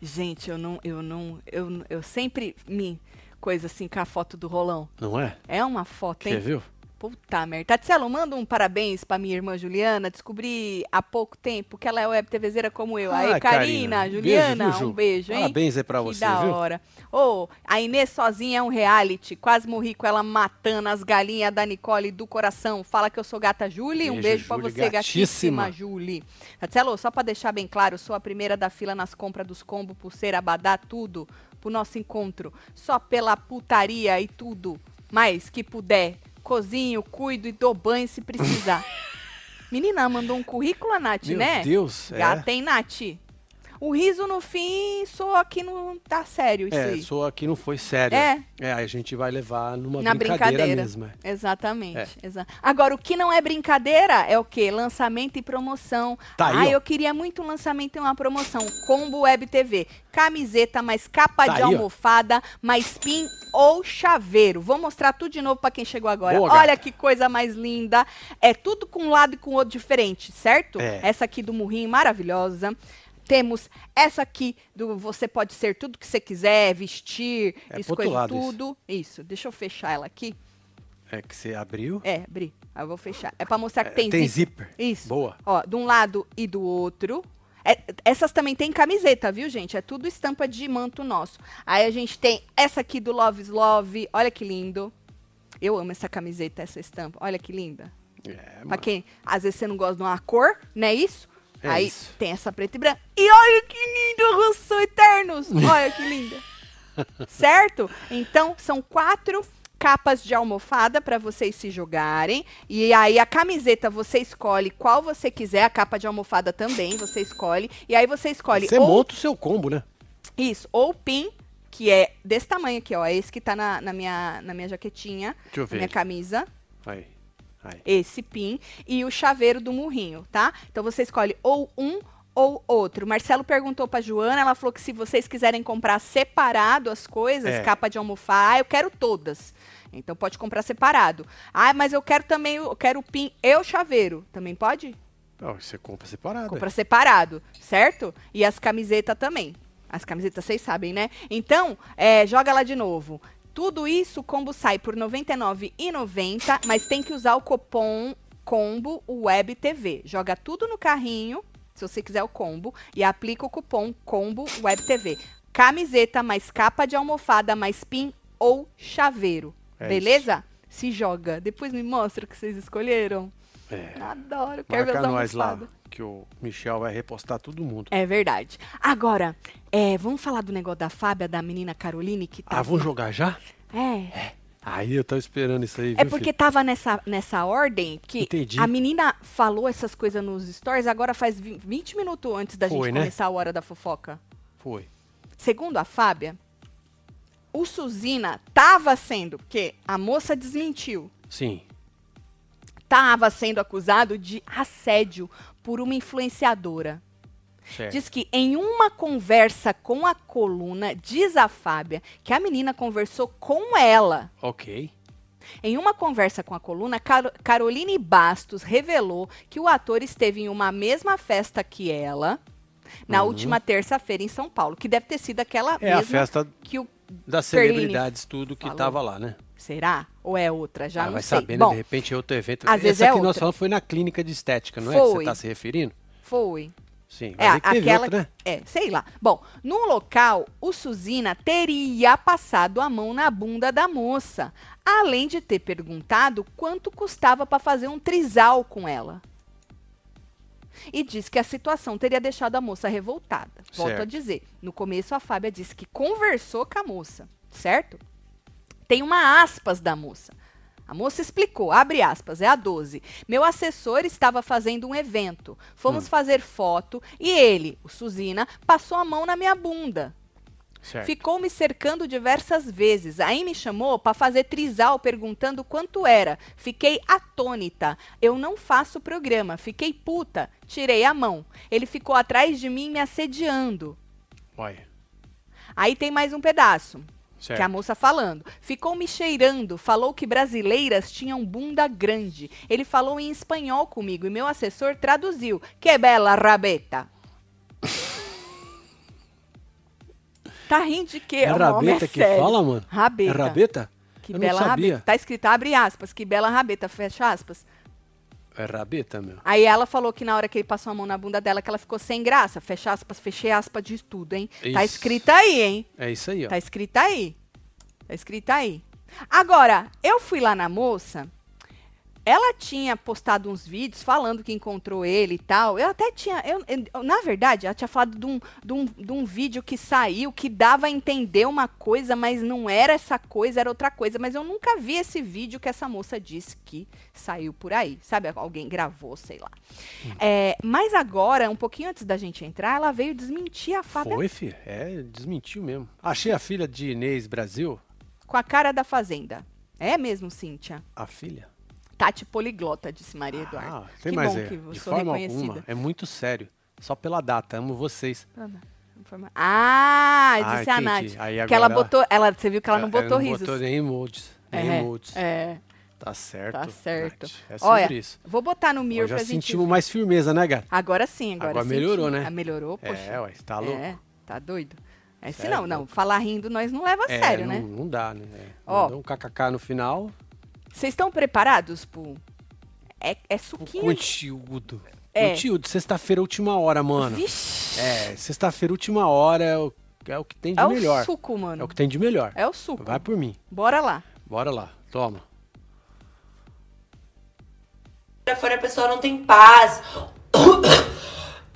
B: Gente, eu não, eu não, eu, eu sempre me coisa assim com a foto do Rolão.
A: Não é?
B: É uma foto,
A: Você
B: hein?
A: viu?
B: Puta merda. Tatielo, manda um parabéns pra minha irmã Juliana. Descobri há pouco tempo que ela é web TVzeira como eu. Aí,
A: Ah,
B: Karina,
A: Karina,
B: Juliana,
A: beijo, viu, Ju?
B: um beijo, hein?
A: Parabéns aí pra
B: que
A: você,
B: da
A: viu?
B: hora. Ô, a Inês sozinha é um reality. Quase morri com ela matando as galinhas da Nicole do coração. Fala que eu sou gata Julie. um
A: Beijo,
B: beijo pra
A: Julie,
B: você, gatíssima,
A: gatíssima.
B: Julie. Tatielo, só pra deixar bem claro, eu sou a primeira da fila nas compras dos combos, pulseira, abadá, tudo. Pro nosso encontro. Só pela putaria e tudo. mais que puder. Cozinho, cuido e dou banho se
A: (laughs)
B: precisar. Menina, mandou um currículo, a Nath,
A: Meu
B: né?
A: Deus, é.
B: Gata, hein, Nath? O riso no fim soa que não tá sério isso
A: É,
B: aí.
A: só aqui não foi sério.
B: É.
A: É, aí a gente vai levar numa
B: Na
A: brincadeira,
B: brincadeira.
A: mesmo. é.
B: Exatamente. exa- Agora, o que não é brincadeira é o quê? Lançamento e promoção.
A: Tá
B: ah,
A: aí, ó.
B: eu queria muito um lançamento e uma promoção. Combo Web TV. Camiseta, mais capa
A: Tá
B: de
A: aí, ó.
B: almofada, mais pin ou chaveiro. Vou mostrar tudo de novo pra quem chegou agora.
A: Boa,
B: Olha
A: gata.
B: que coisa mais linda. É tudo com um lado e com o outro diferente, certo?
A: É.
B: Essa aqui do Murrinho, maravilhosa. Temos essa aqui do você pode ser tudo que você quiser, vestir,
A: É
B: isso,
A: pro outro
B: coisa,
A: lado isso.
B: tudo. isso, deixa eu fechar ela aqui.
A: É que você abriu.
B: É, Bri, aí eu vou fechar. É pra mostrar que tem,
A: tem
B: zíper.
A: zíper.
B: Isso.
A: Boa.
B: Ó, de um lado e do outro. É, essas também tem camiseta, viu, gente? É tudo estampa de manto nosso. Aí a gente tem essa aqui do Love is Love. Olha que lindo. Eu amo essa camiseta, essa estampa. Olha que linda.
A: É,
B: Pra
A: mano.
B: quem, às vezes, você não gosta de uma cor, não é isso?
A: É
B: Aí
A: isso.
B: tem essa preta e branca. E olha que lindo, Russo
A: (laughs)
B: Eternos! Olha que linda. certo? Então, são quatro capas de almofada para vocês se jogarem. E aí, a camiseta, você escolhe qual você quiser. A capa de almofada também, você escolhe. E aí, você escolhe
A: Você é
B: ou
A: monta o seu combo, né?
B: isso, ou pin, que é desse tamanho aqui, ó. É esse que tá na, na minha, na minha jaquetinha,
A: Deixa eu
B: na minha
A: ver.
B: camisa
A: Aí. Aí.
B: esse pin e o chaveiro do murrinho, tá? Então você escolhe ou um ou outro. Marcelo perguntou pra Joana, ela falou que se vocês quiserem comprar separado as coisas,
A: É.
B: capa de almofada, ah, eu quero todas. Então pode comprar separado. Ah, mas eu quero também, eu quero o pin e o chaveiro. Também pode?
A: Ó, você compra separado.
B: Compra separado, certo? E as camisetas também. As camisetas vocês sabem, né? Então, é, joga lá de novo. Tudo isso, o combo sai por R$ 99,90, mas tem que usar o cupom combo web TV. Joga tudo no carrinho, se você quiser o combo, e aplica o cupom combo web TV. Camiseta mais capa de almofada mais pin ou chaveiro.
A: É
B: beleza? Se joga. Depois me mostra o que vocês escolheram.
A: É.
B: Adoro, quero ver
A: Marca
B: os
A: nós lá,
B: almofados.
A: que o Michel vai repostar todo mundo.
B: É verdade. Agora, é, vamos falar do negócio da Fábia, da menina Caroline, que tá.
A: Ah, vão jogar já?
B: É.
A: Aí eu tava esperando isso aí,
B: É
A: viu,
B: porque
A: filho?
B: tava nessa, nessa ordem que
A: Entendi.
B: a menina falou essas coisas nos stories, agora faz vi- 20 minutos antes da
A: Foi,
B: gente
A: né?
B: começar a hora da fofoca.
A: Foi.
B: Segundo a Fábia, o Suzina tava sendo, porque a moça desmentiu,
A: Sim.
B: tava sendo acusado de assédio por uma influenciadora.
A: Certo.
B: Diz que em uma conversa com a coluna, diz a Fábia que a menina conversou com ela.
A: Ok.
B: Em uma conversa com a coluna, Caro- Caroline Bastos revelou que o ator esteve em uma mesma festa que ela na última terça-feira em São Paulo, que deve ter sido aquela
A: Uhum. É a
B: mesma
A: festa
B: que o
A: das
B: Perline
A: celebridades, tudo que
B: falou.
A: tava lá, né?
B: será ou é outra, já
A: Ah,
B: não
A: vai
B: sei.
A: saber, né?
B: Bom,
A: De repente é outro evento.
B: às
A: Essa
B: vezes
A: que
B: é
A: nós
B: outra.
A: falamos foi na clínica de estética, não é? Que
B: Foi.
A: você tá se referindo?
B: foi.
A: Sim.
B: É,
A: mas aí que teve
B: aquela
A: outra, né?
B: É, sei lá. Bom, no local, o Suzina teria passado a mão na bunda da moça, além de ter perguntado quanto custava para fazer um trisal com ela. E diz que a situação teria deixado a moça revoltada. Volto a
A: Certo.
B: dizer, no começo a Fábia disse que conversou com a moça, certo? Tem uma aspas da moça. A moça explicou, abre aspas, é a 12. Meu assessor estava fazendo um evento. Fomos fazer foto e ele, o Suzina, passou a mão na minha bunda.
A: Certo.
B: Ficou me cercando diversas vezes. Aí me chamou para fazer trisal perguntando quanto era. Fiquei atônita. Eu não faço programa. Fiquei puta. Tirei a mão. Ele ficou atrás de mim me assediando.
A: Olha.
B: Aí tem mais um pedaço. Que a
A: Certo.
B: moça falando. Ficou me cheirando, falou que brasileiras tinham bunda grande. Ele falou em espanhol comigo e meu assessor traduziu. Que bela rabeta. tá rindo de quê?
A: É
B: O nome
A: rabeta que
B: sério.
A: fala, mano?
B: Rabeta.
A: É rabeta?
B: Que
A: Eu não
B: bela
A: sabia.
B: rabeta. Tá escrito, abre aspas, que bela rabeta, fecha aspas.
A: É rabeta, meu.
B: Aí ela falou que na hora que ele passou a mão na bunda dela, que ela ficou sem graça. Fecha aspas, fechei aspas de tudo, hein? Tá
A: Isso.
B: escrito aí, hein?
A: É isso aí, ó.
B: Tá escrita aí. Tá escrita aí. Agora, eu fui lá na moça. Ela tinha postado uns vídeos falando que encontrou ele e tal. Eu até tinha. eu- eu- na verdade, ela tinha falado de um, de, um, de um vídeo que saiu que dava a entender uma coisa, mas não era essa coisa, era outra coisa. Mas eu nunca vi esse vídeo que essa moça disse que saiu por aí. Sabe? Alguém gravou, sei lá.
A: Hum.
B: É, mas agora, um pouquinho antes da gente entrar, ela veio desmentir a Fábia
A: Foi, filho. É, desmentiu mesmo. Achei a filha de Inês Brasil.
B: com a cara da fazenda. É mesmo, Cíntia?
A: A filha?
B: Tati poliglota, disse Maria Eduarda.
A: Ah, tem
B: que
A: mais
B: bom
A: é.
B: que eu
A: De
B: sou
A: forma
B: reconhecida.
A: alguma. É muito sério. Só pela data. Amo vocês.
B: Ah,
A: Ah,
B: disse a
A: entendi.
B: Nath.
A: Aí
B: que ela
A: agora- É,
B: botou. Ela, você viu que ela não botou
A: não
B: risos.
A: botou nem emojis. Nem
B: É,
A: emojis.
B: É,
A: Tá certo.
B: tá certo.
A: Nath. É sobre
B: Olha,
A: isso.
B: vou botar no
A: Nós
B: mirror
A: já
B: pra gente.
A: sentimos mais firmeza, né, gata?
B: Agora sim, agora
A: Agora
B: sim,
A: melhorou,
B: sim.
A: né?
B: Ah, melhorou, poxa.
A: É, ué, tá louco.
B: É, tá doido. É, se
A: Cê é
B: não, não, falar rindo nós não leva a
A: É,
B: sério,
A: não,
B: né?
A: Não dá, né? É.
B: Ó.
A: Mandou um kkk no final.
B: Vocês estão preparados pro. É, é
A: O
B: suquinho.
A: conteúdo.
B: É.
A: Conteúdo, Um sexta-feira, última hora, mano.
B: Vixe,
A: É, sexta-feira, última hora é o, é o que tem de
B: é o
A: melhor.
B: suco,
A: É o
B: mano.
A: que tem de melhor.
B: É o suco.
A: Vai por mim.
B: Bora lá.
A: Bora lá. Toma.
B: (coughs)
C: Pra fora a pessoa não tem paz. (coughs)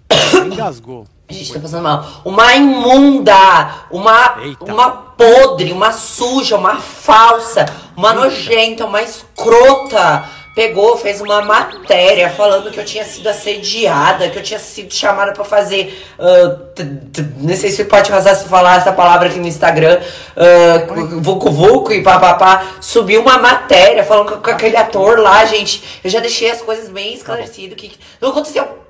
A: Engasgou.
C: Gente, tá passando mal. Uma imunda, uma,
A: Eita.
C: uma podre, uma suja, uma falsa, uma nojenta, uma escrota. Pegou, fez uma matéria falando que eu tinha sido assediada, que eu tinha sido chamada pra fazer. ah, t- t- não sei se pode fazer se falar essa palavra aqui no Instagram. ah, cu- vucu vucu e papapá. Subiu uma matéria falando com, com aquele ator lá, gente. Eu já deixei as coisas bem esclarecidas. que, que não aconteceu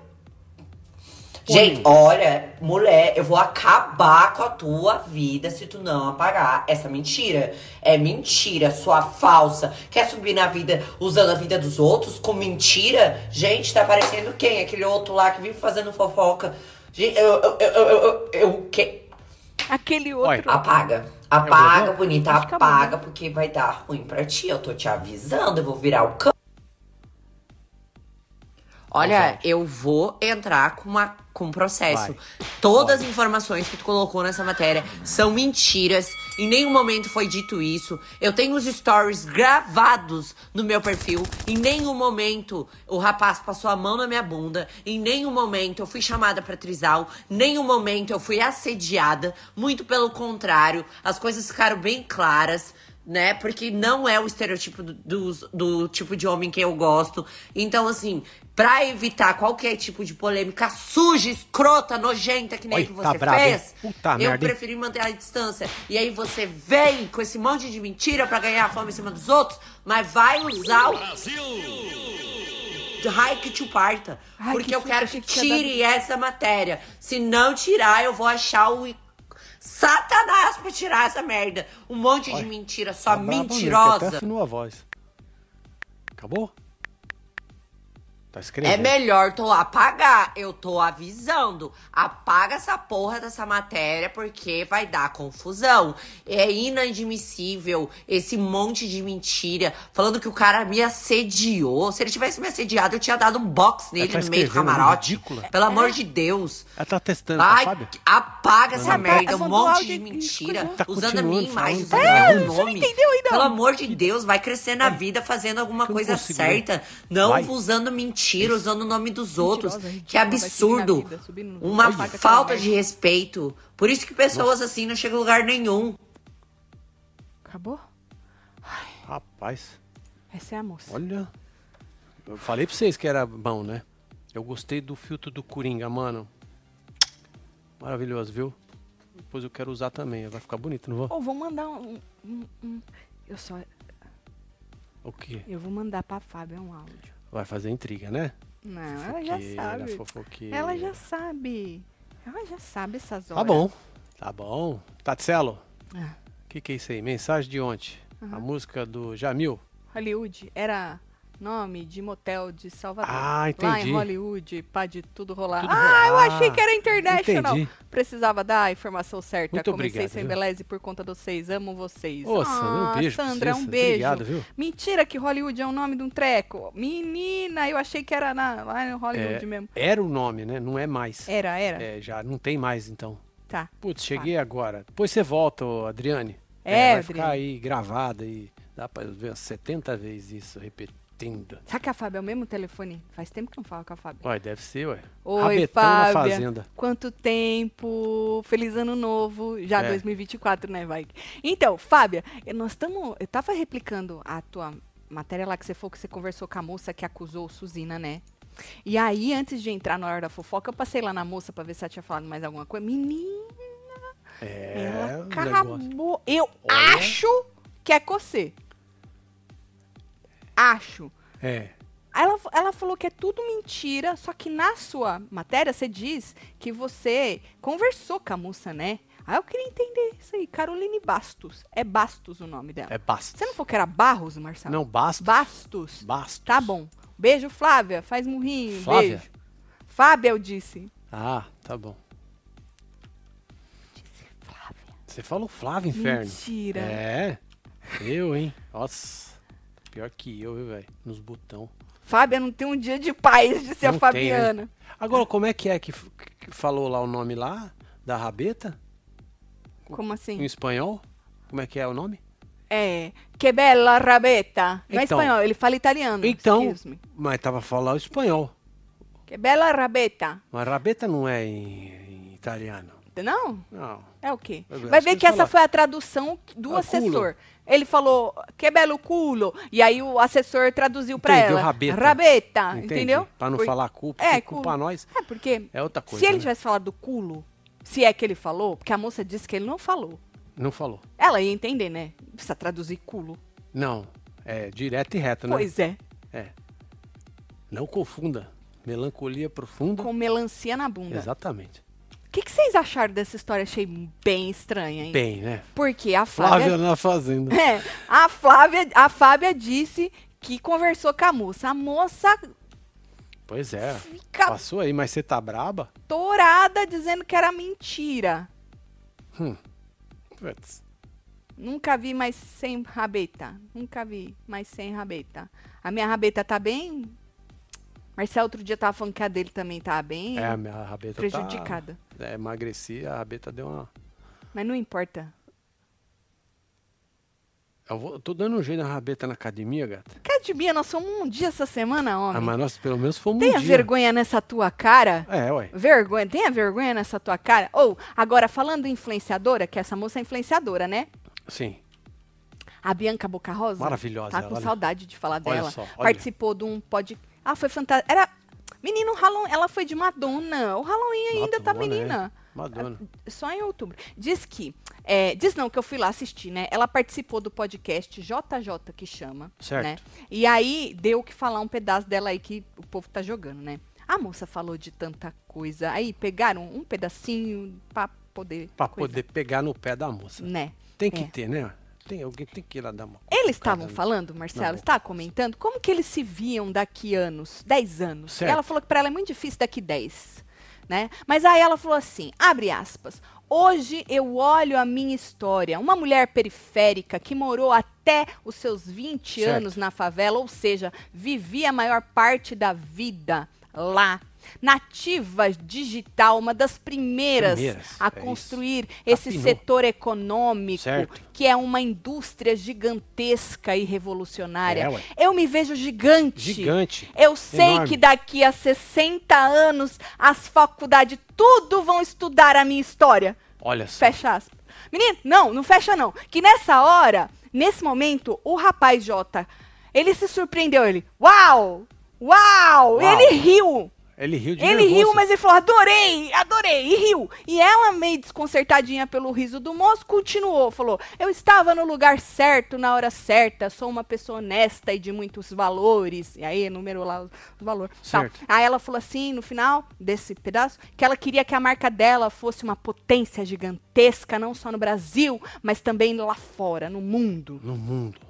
C: Gente, olha, mulher, eu vou acabar com a tua vida se tu não apagar essa mentira. É mentira, sua falsa. Quer subir na vida usando a vida dos outros com mentira? Gente, tá parecendo quem? Aquele outro lá que vive fazendo fofoca. Gente, eu. Eu. Eu. eu, eu, eu, eu que-
B: Aquele
A: Olha.
B: outro.
C: Apaga.
A: Eu
C: Apaga,
A: vou-
C: bonita,
B: Acho que
C: apaga,
B: acabou. né?
C: porque vai dar ruim pra ti. Eu tô te avisando, eu vou virar o cão. Olha,
A: Exato.
C: eu vou entrar com, uma, com um processo.
A: Vai.
C: Todas as informações que tu colocou nessa matéria são mentiras. Em nenhum momento foi dito isso. Eu tenho os stories gravados no meu perfil. Em nenhum momento o rapaz passou a mão na minha bunda. Em nenhum momento eu fui chamada pra trisal. Em nenhum momento eu fui assediada. Muito pelo contrário, as coisas ficaram bem claras. Né? Porque não é o estereotipo do, dos- do tipo de homem que eu gosto. Então, assim, pra evitar qualquer tipo de polêmica suja, escrota, nojenta, que nem
A: Oi,
C: que
A: tá
C: você
A: brabo, hein?
C: fez,
A: Puta
C: eu
A: merda, hein?
C: preferi manter a distância. E aí você vem com esse monte de mentira pra ganhar fama em cima dos outros, mas vai usar o raio que te parta.
B: Ai,
C: porque
B: que
C: eu
B: susto,
C: quero que
B: achei que tinha
C: tire essa matéria. Se não tirar, eu vou achar o Satanás pra tirar essa merda. Um monte de mentira, só
A: Tá brabo mesmo, que Até
C: mentirosa.
A: afinou a voz. Acabou? Tá escrevendo.
C: É melhor tu apagar. Eu tô avisando. Apaga essa porra dessa matéria porque vai dar confusão. É inadmissível esse monte de mentira falando que o cara me assediou. Se ele tivesse me assediado, eu tinha dado um box nele
A: tá
C: no meio do
A: escrevendo,
C: camarote.
A: ridícula.
C: Pelo amor de Deus.
A: Ela tá testando, tá,
C: Vai,
A: Fábio?
C: apaga essa
B: Ela tá-
C: merda,
B: ela
C: um
B: mandou
C: monte
B: áudio
C: de
B: e-
C: mentira,
B: e
A: tá
C: usando a minha
A: continuando
C: imagem, usando
A: falando.
B: É,
C: o meu
B: você não
C: nome.
B: entendeu ainda.
C: Pelo amor de Deus, vai crescer na vida fazendo alguma
A: eu não
C: coisa
A: consigo,
C: certa,
A: não.
C: não
A: Vai.
C: usando mentira, usando o nome dos outros.
B: ridícula,
C: Que
B: vai subir
C: absurdo,
B: assim na vida, subir no- né?
C: uma
B: Olha.
C: falta de respeito. Por isso que pessoas assim não chegam a lugar nenhum.
B: Acabou?
A: Rapaz,
B: Essa é a moça.
A: olha. Eu falei pra vocês que era bom, né? Eu gostei do filtro do Coringa, mano. Maravilhoso, viu? Depois eu quero usar também. Vai ficar bonito, não vou?
B: Ou vou mandar um, um- um- Eu só.
A: O quê?
B: Eu vou mandar pra Fábio um áudio.
A: Vai fazer intriga, né?
B: Não, ela Ah, já
A: Fofoqueira,
B: sabe.
A: fofoqueira.
B: Ela já sabe. Ela já sabe essas horas.
A: Tá bom. Tá bom. Tatselo,
B: Ah,
A: o que, que é isso aí? Mensagem de ontem. A música do Jamil.
B: Hollywood era nome de motel de Salvador.
A: Ah,
B: Lá
A: entendi.
B: em Hollywood, pá de tudo rolar.
A: Tudo
B: ah, eu
A: rolar.
B: achei que era international.
A: Entendi.
B: Precisava dar a informação certa.
A: Muito
B: Comecei
A: obrigado,
B: sem
A: viu?
B: beleza e por conta de vocês. Amo vocês.
A: Ô, Sandra,
B: ah,
A: um beijo pra
B: Sandra,
A: vocês.
B: um beijo.
A: Obrigado, viu?
B: Mentira que Hollywood é o nome de um treco. Menina, eu achei que era na- lá em Hollywood mesmo.
A: Era o nome, né? Não é mais.
B: Era, era.
A: É, já não tem mais então.
B: Tá.
A: Putz, cheguei agora. Depois você volta, ô, Adriane.
B: É,
A: vai ficar
B: Adriane.
A: aí gravada e dá pra ver umas 70 vezes isso repetindo.
B: Será que a Fábio é o mesmo telefone? Faz tempo que eu não falo com a Fábio.
A: Ué, deve ser, ué.
B: Oi,
A: Rabetão
B: Fábia.
A: na fazenda.
B: Quanto tempo? Feliz ano novo. Já
A: É.
B: 2024, né, vai? Então, Fábia, eh, nós estamos. Eu tava replicando a tua matéria lá que você falou que você conversou com a moça que acusou o Suzina, né? E aí, antes de entrar na hora da fofoca, eu passei lá na moça pra ver se ela tinha falado mais alguma coisa. Menina,
A: É,
B: ela
A: o negócio.
B: acabou. Eu
A: Olha.
B: acho que é você. Acho.
A: É.
B: Aí Ela, ela falou que é tudo mentira, só que na sua matéria você diz que você conversou com a moça, né? Aí eu queria entender isso aí. Caroline Bastos. É Bastos o nome dela.
A: É Bastos.
B: Você não falou que era Barros, Marcelo?
A: Não, Bastos.
B: Bastos.
A: Bastos.
B: Tá bom. Beijo, Flávia. Faz murrinho.
A: Flávia?
B: Beijo. Fábia, eu disse.
A: Ah, tá bom.
B: Disse Flávia.
A: Você falou Flávio Inferno.
B: Mentira.
A: É. Eu, hein? Nossa. Pior que eu, viu, velho? Nos botão.
B: Fábia não tem um dia de paz de ser
A: Não
B: a
A: tem, né?
B: Fabiana.
A: Agora, como é que é que, f- que falou lá o nome lá? Da rabeta?
B: Como
A: Em
B: assim?
A: espanhol? Como é que é o nome?
B: É. Que bella rabeta. Não é
A: Então.
B: espanhol, ele fala italiano.
A: Então,
B: Excuse me.
A: mas tava falando espanhol.
B: Que bella rabeta.
A: Mas rabeta não é em, em italiano.
B: Não?
A: Não.
B: É o quê?
A: Eu
B: Vai
A: acho
B: ver
A: que
B: que essa
A: falar.
B: foi a tradução do
A: Ah,
B: assessor. Ele falou, que belo culo. E aí o assessor traduziu pra
A: Entendeu,
B: ela.
A: rabeta.
B: Rabeta,
A: Entende?
B: Tá, entendeu?
A: Pra não
B: Por-
A: falar culpa,
B: É,
A: porque culpa
B: culo.
A: nós
B: É, porque
A: é outra coisa.
B: se ele
A: né?
B: tivesse falado do culo, se é que ele falou, porque a moça disse que ele não falou.
A: Não falou.
B: Ela ia entender, né? Precisa traduzir culo.
A: Não. É direto e reto, né?
B: Pois é,
A: É. Não confunda. Melancolia profunda.
B: com melancia na bunda.
A: Exatamente.
B: O que, que vocês acharam dessa história? Achei bem estranha, hein?
A: Bem, né?
B: Porque a Flávia (laughs)
A: Flávia na fazenda.
B: É, a Flávia, a Fábia disse que conversou com a moça. A moça
A: Pois é.
B: fica
A: Passou aí, mas você tá braba?
B: torada dizendo que era mentira.
A: Hum. Putz.
B: Nunca vi mais sem rabeta. Nunca vi mais sem rabeta. A minha rabeta tá bem. Marcelo outro dia tava falando que a dele também tá bem
A: É, a minha rabeta
B: prejudicada.
A: tá... É, emagreci, a rabeta deu uma...
B: Mas não importa.
A: Eu vou- tô dando um jeito na rabeta na academia, gata.
B: Cadmia, nós somos um dia essa semana, homem.
A: Ah, mas nós pelo menos fomos um
B: Tenha
A: dia.
B: vergonha nessa tua cara.
A: É, ué.
B: Vergonha, tenha vergonha nessa tua cara. Ou, agora, falando em influenciadora, que essa moça é influenciadora, né?
A: Sim.
B: A Bianca Boca Rosa.
A: Maravilhosa,
B: Tá com
A: olha.
B: saudade de falar
A: Olha
B: dela.
A: só, olha.
B: Participou de um pod. Ah, foi fantástico. Era. Menino, o Halloween, ela foi de Madonna. O Halloween ainda tá
A: Madonna, é.
B: menina. Ah,
A: Madonna.
B: Só em outubro. Diz que. é, diz não, que eu fui lá assistir, né? Ela participou do podcast JJ que chama.
A: Certo.
B: né? E aí deu o que falar um pedaço dela aí que o povo tá jogando, né? A moça falou de tanta coisa. Aí pegaram um pedacinho pra poder.
A: Pra
B: coisar,
A: poder pegar no pé da moça.
B: Né?
A: Tem que
B: É.
A: ter, né? Tem, alguém tem que ir lá dar uma
B: Eles estavam
A: cutucada.
B: falando, Marcelo,
A: boca.
B: está comentando, como que eles se viam daqui anos, 10 anos.
A: Certo.
B: Ela falou que para ela é muito difícil daqui 10, né? Mas aí ela falou assim, abre aspas, hoje eu olho a minha história, uma mulher periférica que morou até os seus 20
A: Certo.
B: anos na favela, ou seja, vivia a maior parte da vida lá. Nativa digital, uma das primeiras,
A: Primeiras,
B: a
A: é isso.
B: construir esse
A: Afinou.
B: setor econômico
A: Certo.
B: que é uma indústria gigantesca e revolucionária.
A: É, ué.
B: Eu me vejo gigante.
A: Gigante.
B: Eu sei
A: Enorme.
B: que daqui a 60 anos as faculdades tudo vão estudar a minha história.
A: Olha só.
B: Fecha aspas. Menino, não, não fecha não. Que nessa hora, nesse momento, o rapaz Jota, ele se surpreendeu, ele, uau! Uau!
A: Uau.
B: Ele riu.
A: Ele riu de
B: Ele
A: nervoso.
B: riu, mas ele falou: adorei, adorei, e riu. E ela, meio desconcertadinha pelo riso do moço, continuou: falou, eu estava no lugar certo, na hora certa, sou uma pessoa honesta e de muitos valores. E aí, enumerou lá os valores.
A: Certo.
B: Aí ela falou assim, no final desse pedaço, que ela queria que a marca dela fosse uma potência gigantesca, não só no Brasil, mas também lá fora, no mundo.
A: No mundo.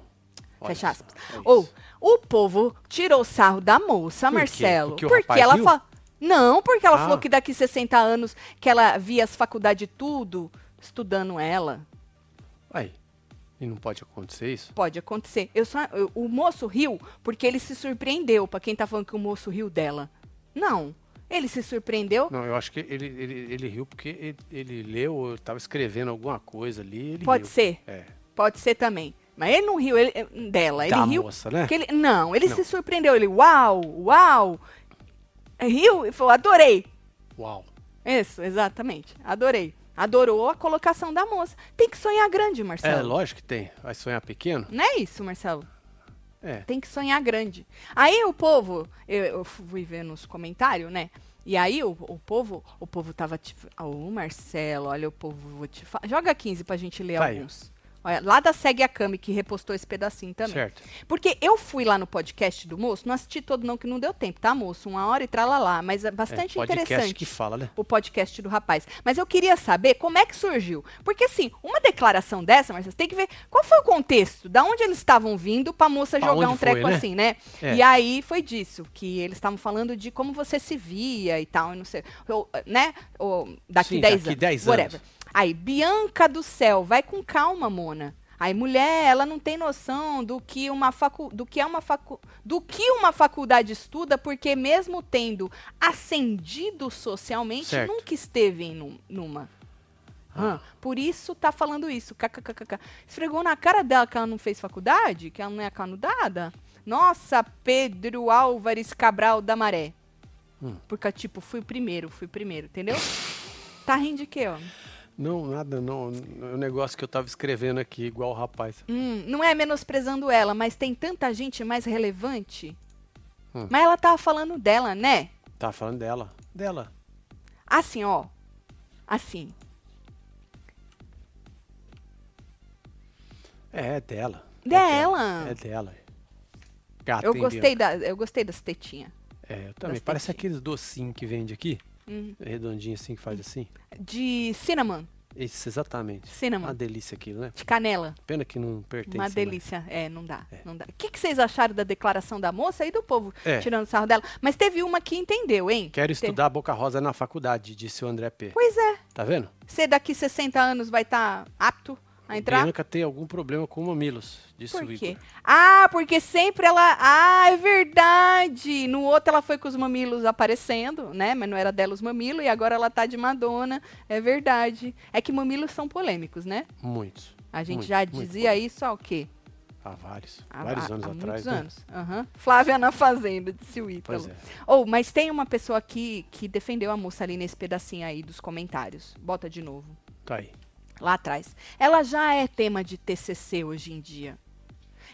A: Olha
B: Fecha
A: só,
B: aspas.
A: olha
B: Ou,
A: isso.
B: o povo tirou o sarro da moça,
A: Por quê?
B: Marcelo.
A: Porque o
B: porque
A: rapaz
B: ela
A: riu?
B: fa- Não, porque ela
A: Ah.
B: falou que daqui 60 anos que ela via as faculdades tudo estudando ela.
A: Aí. E não pode acontecer isso?
B: Pode acontecer. Eu só, eu- o moço riu porque ele se surpreendeu. Pra quem tá falando que o moço riu dela. Não. Ele se surpreendeu.
A: Não, eu acho que ele, ele, ele riu porque ele, ele leu, ou estava escrevendo alguma coisa ali. Ele
B: Pode
A: riu.
B: ser.
A: É.
B: Pode ser também. Mas ele não riu ele- eh, dela. Ele
A: da
B: riu
A: moça, né?
B: Que ele- não, ele
A: Não.
B: se surpreendeu. Ele, uau, uau. Riu e falou, adorei.
A: Uau.
B: Isso, exatamente. Adorei. Adorou a colocação da moça. Tem que sonhar grande,
A: É,
B: Marcelo.
A: lógico que tem. Vai sonhar pequeno?
B: Não é isso, Marcelo.
A: É.
B: Tem que sonhar grande. Aí o povo, eu, eu fui ver nos comentários, né? E aí o, o povo, o povo tava tipo, ah, ô Marcelo, olha o povo, vou te falar. Joga 15 pra gente ler
A: Vai.
B: alguns. Olha, lá da Segue a Cami, que repostou esse pedacinho também.
A: Certo. É,
B: Porque eu fui lá no podcast do moço, não assisti todo não, que não deu tempo, tá, moço? Uma hora e tralalá, mas é
A: É,
B: bastante
A: podcast
B: interessante
A: que fala, né?
B: o podcast do rapaz. Mas eu queria saber como é que surgiu. Porque, assim, uma declaração dessa, Marcelo, você tem que ver qual foi o contexto, da onde eles estavam vindo pra moça
A: Pra
B: jogar
A: onde
B: um treco
A: foi, né?
B: assim, né?
A: É.
B: E aí foi disso, que eles estavam falando de como você se via e tal, e não sei, ou, né? Ou, daqui
A: Sim,
B: 10
A: daqui
B: anos,
A: 10
B: whatever.
A: anos.
B: Aí, Bianca do céu, vai com calma, Mona. Aí, mulher, ela não tem noção do que uma facu, do que é uma facu, do que uma faculdade estuda, porque mesmo tendo ascendido socialmente,
A: Certo.
B: nunca esteve em num- numa. Hã, Por isso tá falando isso. KKKKK. Esfregou na cara dela que ela não fez faculdade, que ela não é canudada. Nossa, Pedro Álvares Cabral da Maré. Porque, tipo, fui o primeiro, fui o primeiro, entendeu? tá rindo de quê, ó?
A: Não, nada, não. É um negócio que eu tava escrevendo aqui, igual o rapaz.
B: Hum, não é menosprezando ela, mas tem tanta gente mais relevante.
A: Hum.
B: Mas ela tava falando dela, né?
A: Tava falando dela. Dela.
B: Assim, ó. Assim.
A: É, é dela. É
B: Dela.
A: É dela. Gata,
B: Eu
A: hein,
B: gostei, da, eu gostei das tetinhas.
A: Bianca? É, eu também.
B: das tetinhas.
A: Parece
B: Uhum.
A: aqueles docinhos que vende aqui. Redondinho assim, que faz assim.
B: De cinnamon.
A: Isso, exatamente.
B: Cinnamon.
A: Uma delícia aquilo, né?
B: De canela.
A: Pena que não pertence.
B: Uma
A: mais.
B: delícia. É, não dá. Não dá. O que, que vocês acharam da declaração da moça e do povo
A: É.
B: tirando sarro dela? Mas teve uma que entendeu, hein?
A: Quero
B: Te-
A: estudar a Boca Rosa na faculdade, disse o André P.
B: Pois é.
A: Tá vendo?
B: Você daqui 60 anos vai estar apto a entrar?
A: Bianca tem algum problema com mamilos, disse
B: Por
A: o
B: quê?
A: Igor.
B: Ah, porque sempre ela. Ah, é verdade! No outro ela foi com os mamilos aparecendo, né? Mas não era dela os mamilos, e agora ela tá de Madonna. É verdade. É que mamilos são polêmicos, né?
A: Muitos.
B: A gente
A: Muito,
B: já
A: muito
B: dizia isso há o quê?
A: Há vários.
B: Há,
A: vários
B: há-
A: anos
B: há Muitos
A: atrás. né?
B: anos. Então Aham. Flávia na Fazenda, disse o Ítalo.
A: Pois é.
B: Ou, mas tem uma pessoa aqui que defendeu a moça ali nesse pedacinho aí dos comentários. Bota de novo.
A: Tá aí.
B: Lá atrás. Ela já é tema de TCC hoje em dia.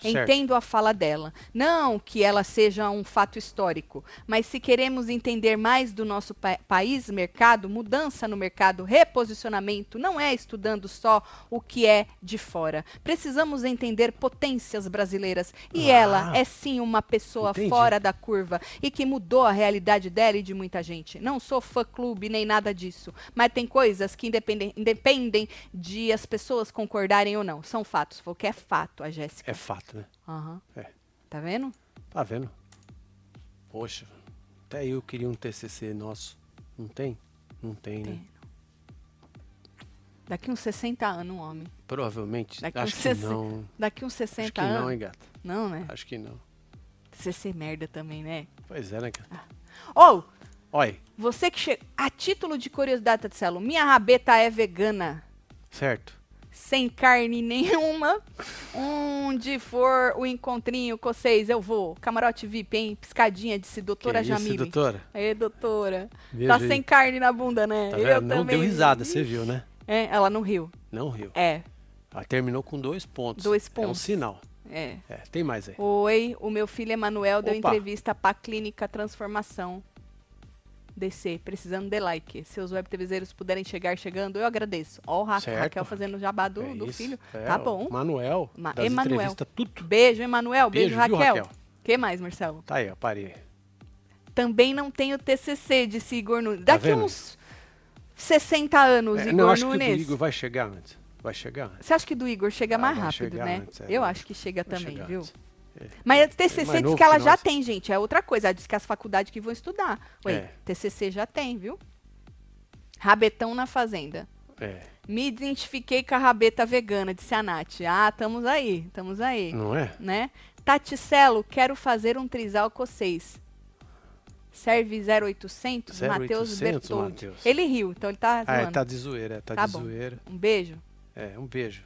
A: Certo.
B: Entendo a fala dela. Não que ela seja um fato histórico, mas se queremos entender mais do nosso pa- país, mercado, mudança no mercado, reposicionamento, não é estudando só o que é de fora. Precisamos entender potências brasileiras. E
A: Ah.
B: ela é sim uma pessoa
A: Entendi.
B: fora da curva e que mudou a realidade dela e de muita gente. Não sou fã-clube nem nada disso, mas tem coisas que independem, independem de as pessoas concordarem ou não. São fatos. Foi o que é fato, a Jéssica.
A: É fato, né?
B: Aham.
A: É.
B: Tá vendo?
A: Tá vendo? Poxa, até eu queria um TCC nosso. Não tem? Não tem, né?
B: Tem. Daqui uns 60 anos, um homem.
A: Provavelmente.
B: Daqui
A: acho
B: uns
A: que
B: 60,
A: não.
B: Daqui uns 60
A: Acho que
B: anos.
A: não, hein, gata?
B: Não, né?
A: Acho que não.
B: Você ser merda também, né?
A: Pois é, né, gata?
B: Ou,
A: Olha,
B: você que chega. A título de curiosidade, Tatselo, minha rabeta é vegana.
A: certo.
B: Sem carne nenhuma. Onde for o encontrinho com vocês, eu vou. Camarote VIP, hein? Piscadinha, disse doutora
A: que é isso,
B: Jamile.
A: doutora?
B: Aê, doutora.
A: Veja
B: tá
A: aí.
B: sem carne na bunda, né?
A: Tá
B: eu
A: vendo? Não
B: também.
A: deu risada, você viu, né?
B: É, ela não riu.
A: Não riu.
B: É,
A: Ela terminou com dois pontos.
B: Dois
A: É um
B: pontos.
A: sinal.
B: é.
A: É, tem mais aí.
B: Oi, o meu filho Emanuel deu
A: Opa.
B: entrevista pra Clínica Transformação. DC, precisando de like. Se os webtevezeiros puderem chegar chegando, eu agradeço. Ó, o Ra-
A: Certo.
B: Raquel fazendo jabá do,
A: É
B: do
A: isso.
B: filho.
A: É,
B: tá
A: o
B: bom.
A: Manuel,
B: Ma-
A: das
B: Emanuel.
A: entrevistas, tudo.
B: Beijo, Emanuel. Beijo,
A: Beijo, viu,
B: Raquel.
A: Raquel?
B: que mais, Marcelo?
A: Tá aí, ó, parei.
B: Também não tenho TCC, disse Igor Nunes. Daqui
A: Tá vendo?
B: uns 60 anos,
A: É,
B: Igor
A: não, acho que o do
B: Nunes.
A: Igor vai chegar antes. Vai chegar antes.
B: Você acha que do Igor chega
A: Ah,
B: mais
A: vai
B: rápido,
A: chegar
B: né?
A: antes, é,
B: eu
A: vai-
B: acho que chega
A: Vai
B: também,
A: chegar
B: viu?
A: antes.
B: Mas a
A: É
B: TCC
A: mais
B: diz
A: novo
B: que ela
A: que
B: já
A: nós.
B: tem, gente. É outra coisa. Ela diz que as faculdades que vão estudar. Ué,
A: É.
B: TCC já tem, viu? Rabetão na fazenda.
A: É,
B: Me identifiquei com a rabeta vegana, disse a Nath. Ah, estamos aí, estamos aí.
A: não é?
B: Né? Taticelo, quero fazer um trisal com vocês. Serve 0800, Matheus
A: 0800,
B: Bertoldi.
A: Matheus.
B: Ele riu, então ele tá
A: Ah, é,
B: zoando.
A: tá de zoeira, é, tá,
B: Tá
A: de
B: bom.
A: zoeira.
B: Um beijo.
A: É, um beijo.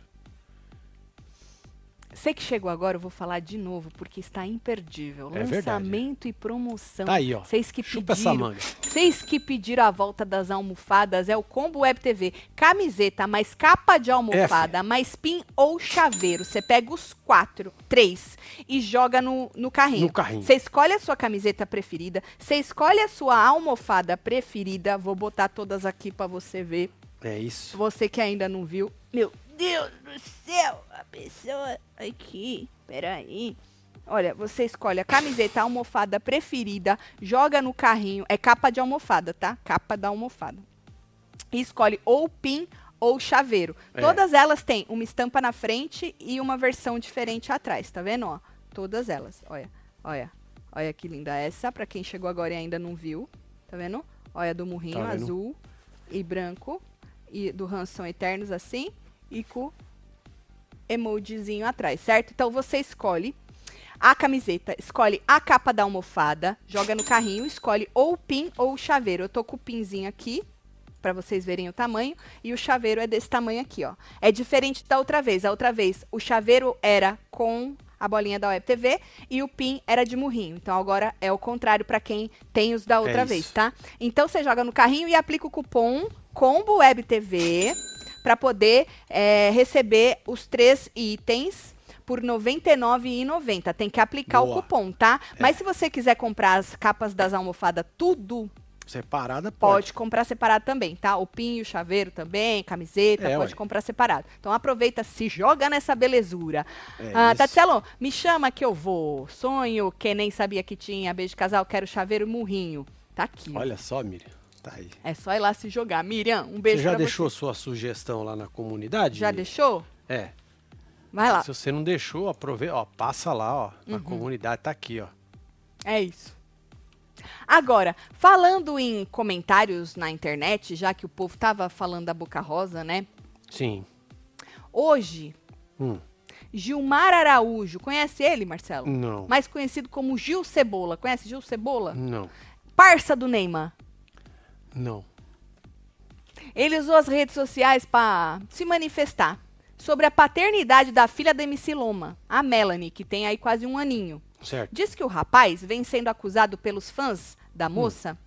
B: Você que chegou agora, eu vou falar de novo, porque está imperdível.
A: É verdade.
B: Lançamento e promoção.
A: Tá aí, ó.
B: Vocês Então, que
A: Chupa essa
B: pediram.
A: manga.
B: Vocês que pediram a volta das almofadas é o Combo Web TV. Camiseta, mais capa de almofada, mais pin ou chaveiro. Você pega os quatro, três, e joga no, no carrinho.
A: No carrinho.
B: Você escolhe a sua camiseta preferida, você escolhe a sua almofada preferida. Vou botar todas aqui pra você ver.
A: É isso.
B: Você que ainda não viu. Meu Deus do céu, a pessoa aqui. Peraí. Olha, você escolhe a camiseta, a almofada preferida, joga no carrinho. É capa de almofada, tá? Capa da almofada. E escolhe ou pin ou chaveiro.
A: É.
B: Todas elas têm uma estampa na frente e uma versão diferente atrás, tá vendo? Ó, todas elas. Olha, olha. Olha que linda essa, pra quem chegou agora e ainda não viu. Tá vendo? Olha do murrinho
A: Tá vendo?
B: azul e branco e do Hanson Eternos assim e com emojizinho atrás, certo? Então você escolhe a camiseta, escolhe a capa da almofada, joga no carrinho, escolhe ou o pin ou o chaveiro. Eu tô com o pinzinho aqui pra vocês verem o tamanho e o chaveiro é desse tamanho aqui, ó. É diferente da outra vez. A outra vez o chaveiro era com a bolinha da Web TV e o pin era de murrinho. Então agora é o contrário pra quem tem os da outra
A: É
B: vez,
A: isso.
B: tá? Então você joga no carrinho e aplica o cupom Combo Web TV para poder é, receber os três itens por R$ 99,90. Tem que aplicar o
A: Boa. É.
B: cupom, tá? Mas se você quiser comprar as capas das almofadas tudo,
A: Separada pode.
B: pode comprar separado também, tá? O pinho, o chaveiro também, camiseta,
A: É,
B: pode
A: ué.
B: comprar separado. Então aproveita, se joga nessa belezura.
A: É
B: ah,
A: isso.
B: Tatselo, me chama que eu vou. Sonho que nem sabia que tinha. Beijo casal, quero chaveiro e murrinho. Tá aqui. ó.
A: Olha só, Miriam. Tá aí.
B: É só ir lá se jogar. Miriam, um beijo
A: você já
B: pra
A: deixou sua sugestão lá na comunidade?
B: você. Já Tá. deixou?
A: É.
B: Vai lá.
A: Se você não deixou, aproveita, ó, passa lá, ó,
B: Uhum.
A: na comunidade, tá aqui, ó.
B: É isso. Agora, falando em comentários na internet, já que o povo tava falando da Boca Rosa, né?
A: Sim.
B: Hoje,
A: Hum.
B: Gilmar Araújo, conhece ele, Marcelo?
A: Não.
B: Mais conhecido como Gil Cebola. Conhece Gil Cebola?
A: Não.
B: Parça do Neymar.
A: Não.
B: Ele usou as redes sociais para se manifestar sobre a paternidade da filha da MC Loma, a Melanie, que tem aí quase um aninho.
A: Certo.
B: Diz que o rapaz vem sendo acusado pelos fãs
A: Hum.
B: da moça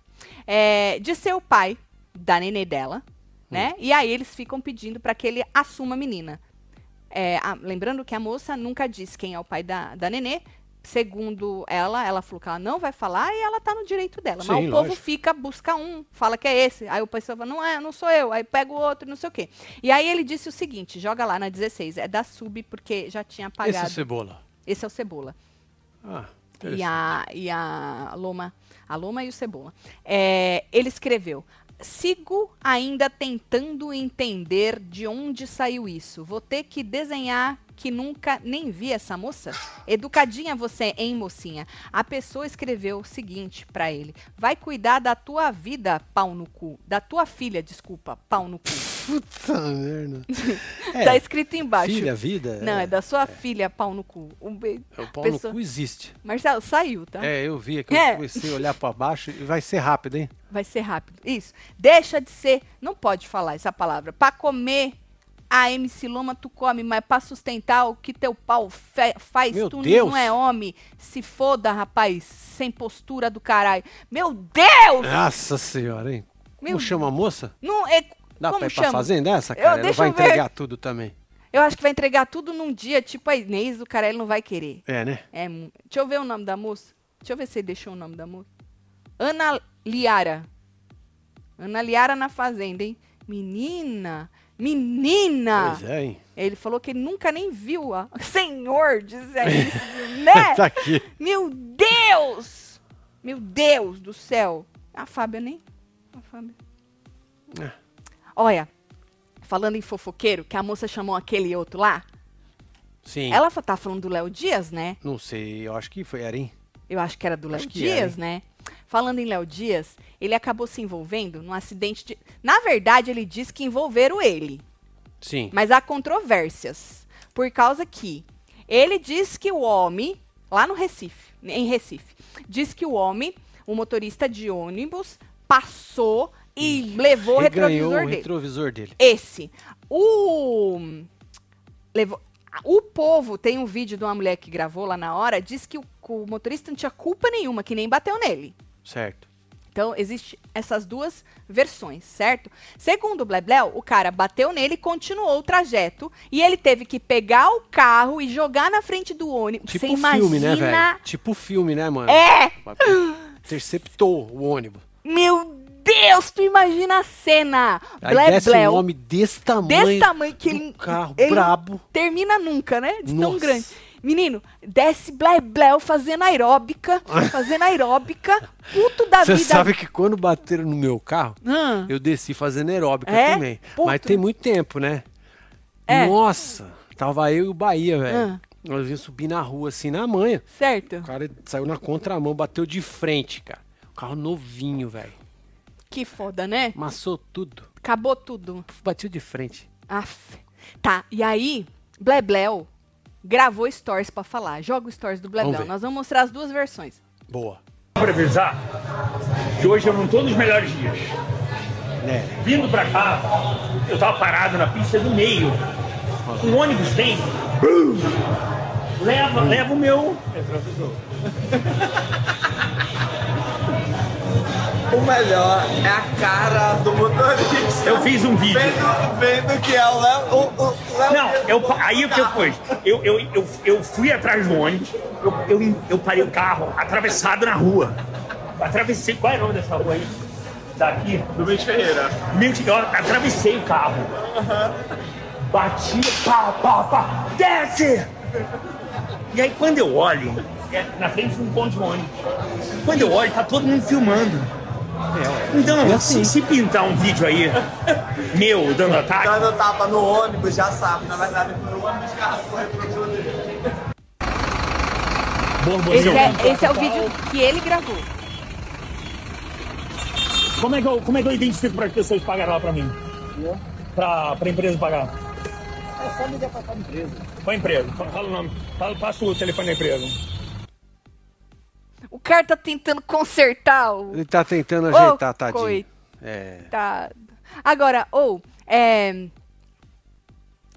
B: é, de ser o pai da nenê dela,
A: Hum.
B: né? E aí eles ficam pedindo para que ele assuma a menina. É, a- lembrando que a moça nunca disse quem é o pai da, da nenê. Segundo ela, ela falou que ela não vai falar e ela tá no direito dela. Mas
A: Sim,
B: o povo
A: lógico.
B: fica, busca um, fala que é esse. Aí o pessoal fala, não é, não sou eu. Aí pega o outro, não sei o quê. E aí ele disse o seguinte, joga lá na 16, é da sub, porque já tinha
A: Esse é
B: apagado.
A: o cebola.
B: esse é o Cebola.
A: Ah,
B: E
A: interessante.
B: a, e a Loma, a Loma e o Cebola. É, ele escreveu: Sigo ainda tentando entender de onde saiu isso. Vou ter que desenhar que nunca nem vi essa moça. Educadinha você, hein, mocinha? A pessoa escreveu o seguinte pra ele: Vai cuidar da tua vida, pau no cu. Da tua filha, desculpa, pau no cu. (laughs)
A: Puta merda.
B: tá
A: É,
B: escrito embaixo.
A: filha, vida?
B: Não, é da sua filha, pau no cu. Um be...
A: É, O pau
B: pessoa-
A: no cu existe.
B: Marcelo, saiu, tá?
A: É, eu vi que
B: É.
A: eu comecei a olhar pra baixo e vai ser rápido, hein?
B: Vai ser rápido. Isso. Deixa de ser. Não pode falar essa palavra. Pra comer a MC Loma, tu come, mas pra sustentar o que teu pau fe- faz,
A: Meu
B: tu
A: Deus.
B: não é homem. Se foda, rapaz, sem postura do caralho. Meu Deus!
A: Nossa senhora, hein?
B: Meu
A: Como chama a moça?
B: Não é.
A: Dá
B: como
A: pra ir
B: chama?
A: pra fazenda essa,
B: Eu-
A: cara? Ela
B: deixa
A: vai
B: eu ver.
A: entregar tudo também.
B: Eu acho que vai entregar tudo num dia, tipo a Inês, o cara ele não vai querer.
A: É, né?
B: É, mu- deixa eu ver o nome da moça. Deixa eu ver se ele deixou o nome da moça. Ana Liara. Ana Liara na fazenda, hein? Menina! Menina!
A: Pois é, hein?
B: Ele falou que ele nunca nem viu a (laughs) Senhor dizer isso, né?
A: (laughs) tá aqui.
B: Meu Deus! Meu Deus do céu! A Fábia nem. A Fábia.
A: É.
B: Olha, falando em fofoqueiro, que a moça chamou aquele outro lá.
A: Sim.
B: Ela fa- tá falando do Léo Dias, né?
A: Não sei, eu acho que foi, era, hein?
B: Eu acho que era do Léo
A: Acho que era,
B: Dias, né? Falando em Léo Dias, ele acabou se envolvendo num acidente de. Na verdade, ele diz que envolveram ele.
A: Sim.
B: Mas há controvérsias. Por causa que ele diz que o homem, lá no Recife, em Recife, diz que o homem, o motorista de ônibus, passou e levou o
A: Ele ganhou
B: retrovisor
A: o
B: dele.
A: retrovisor dele.
B: Esse. O. Levou. O povo tem um vídeo de uma mulher que gravou lá na hora, diz que o, o motorista não tinha culpa nenhuma, que nem bateu nele.
A: Certo.
B: Então, existe essas duas versões, certo? Segundo o Blebleu, o cara bateu nele e continuou o trajeto. E ele teve que pegar o carro e jogar na frente do ônibus.
A: Tipo
B: Você
A: filme, né,
B: imagina-
A: velho? Tipo filme, né, mano? É! Interceptou o ônibus.
B: Meu Deus, tu imagina a cena.
A: Aí desce um homem desse tamanho.
B: desse tamanho que
A: do
B: ele,
A: carro,
B: ele
A: brabo.
B: termina nunca, né? De tão
A: Nossa.
B: grande. Menino, desce blebleu fazendo
A: (laughs)
B: aeróbica, fazendo aeróbica, puto da
A: Você
B: vida.
A: sabe que quando bateram no meu carro,
B: Hã?
A: eu desci fazendo aeróbica
B: É?
A: também. Mas
B: Puta.
A: tem muito tempo, né?
B: É.
A: Nossa, tava eu e o Bahia,
B: Ah.
A: velho. Nós vimos subir na rua assim na manha.
B: Certo?
A: O cara saiu na contramão, bateu de frente, cara. O carro novinho, velho.
B: Que foda, né?
A: Massou tudo.
B: Acabou tudo.
A: Bateu de frente.
B: Aff. Tá, e aí, blebleu gravou stories pra falar. Joga o stories do blebleu.
A: Vamos ver.
B: Nós vamos mostrar as duas versões.
A: Boa.
D: para avisar que hoje eu não tô nos melhores dias.
A: Né?
D: Vindo pra cá, eu tava parado na pista do meio. Um ônibus vem, brum, leva, leva o meu.
E: O melhor é a cara do motorista.
D: Eu fiz um vídeo.
E: Vendo, vendo que é o Léo. O, o Léo
D: Não, eu, pa- aí o que eu fiz? Eu, eu, eu, eu fui atrás do ônibus, eu, eu, eu parei o carro atravessado na rua. Atravessei, qual é o nome dessa rua aí? Daqui?
E: Do Luiz Ferreira.
D: Meu Deus, eu atravessei o carro. Bati, pá, pá, pá, desce! E aí quando eu olho, é na frente de um ponto de ônibus, quando eu olho, tá todo mundo filmando. Então, se, se pintar um vídeo aí, meu, dando ataque,
E: Dando tapa no ônibus, já sabe. Na verdade, foi o ônibus que ela foi pro Júlio.
B: Esse
F: Borbozão.
B: é, esse é o vídeo que ele gravou.
F: Como é que eu, como é que eu identifico para as pessoas pagarem lá para mim? Para a empresa pagar?
G: É só ligar pra tal empresa.
F: Qual empresa? Fa- Fala o nome. Fala, passa o telefone da empresa.
B: O cara tá tentando consertar o
A: Ele tá tentando
B: Ô,
A: ajeitar, tadinho.
B: coitado.
A: É.
B: Tá. Agora, ou. é,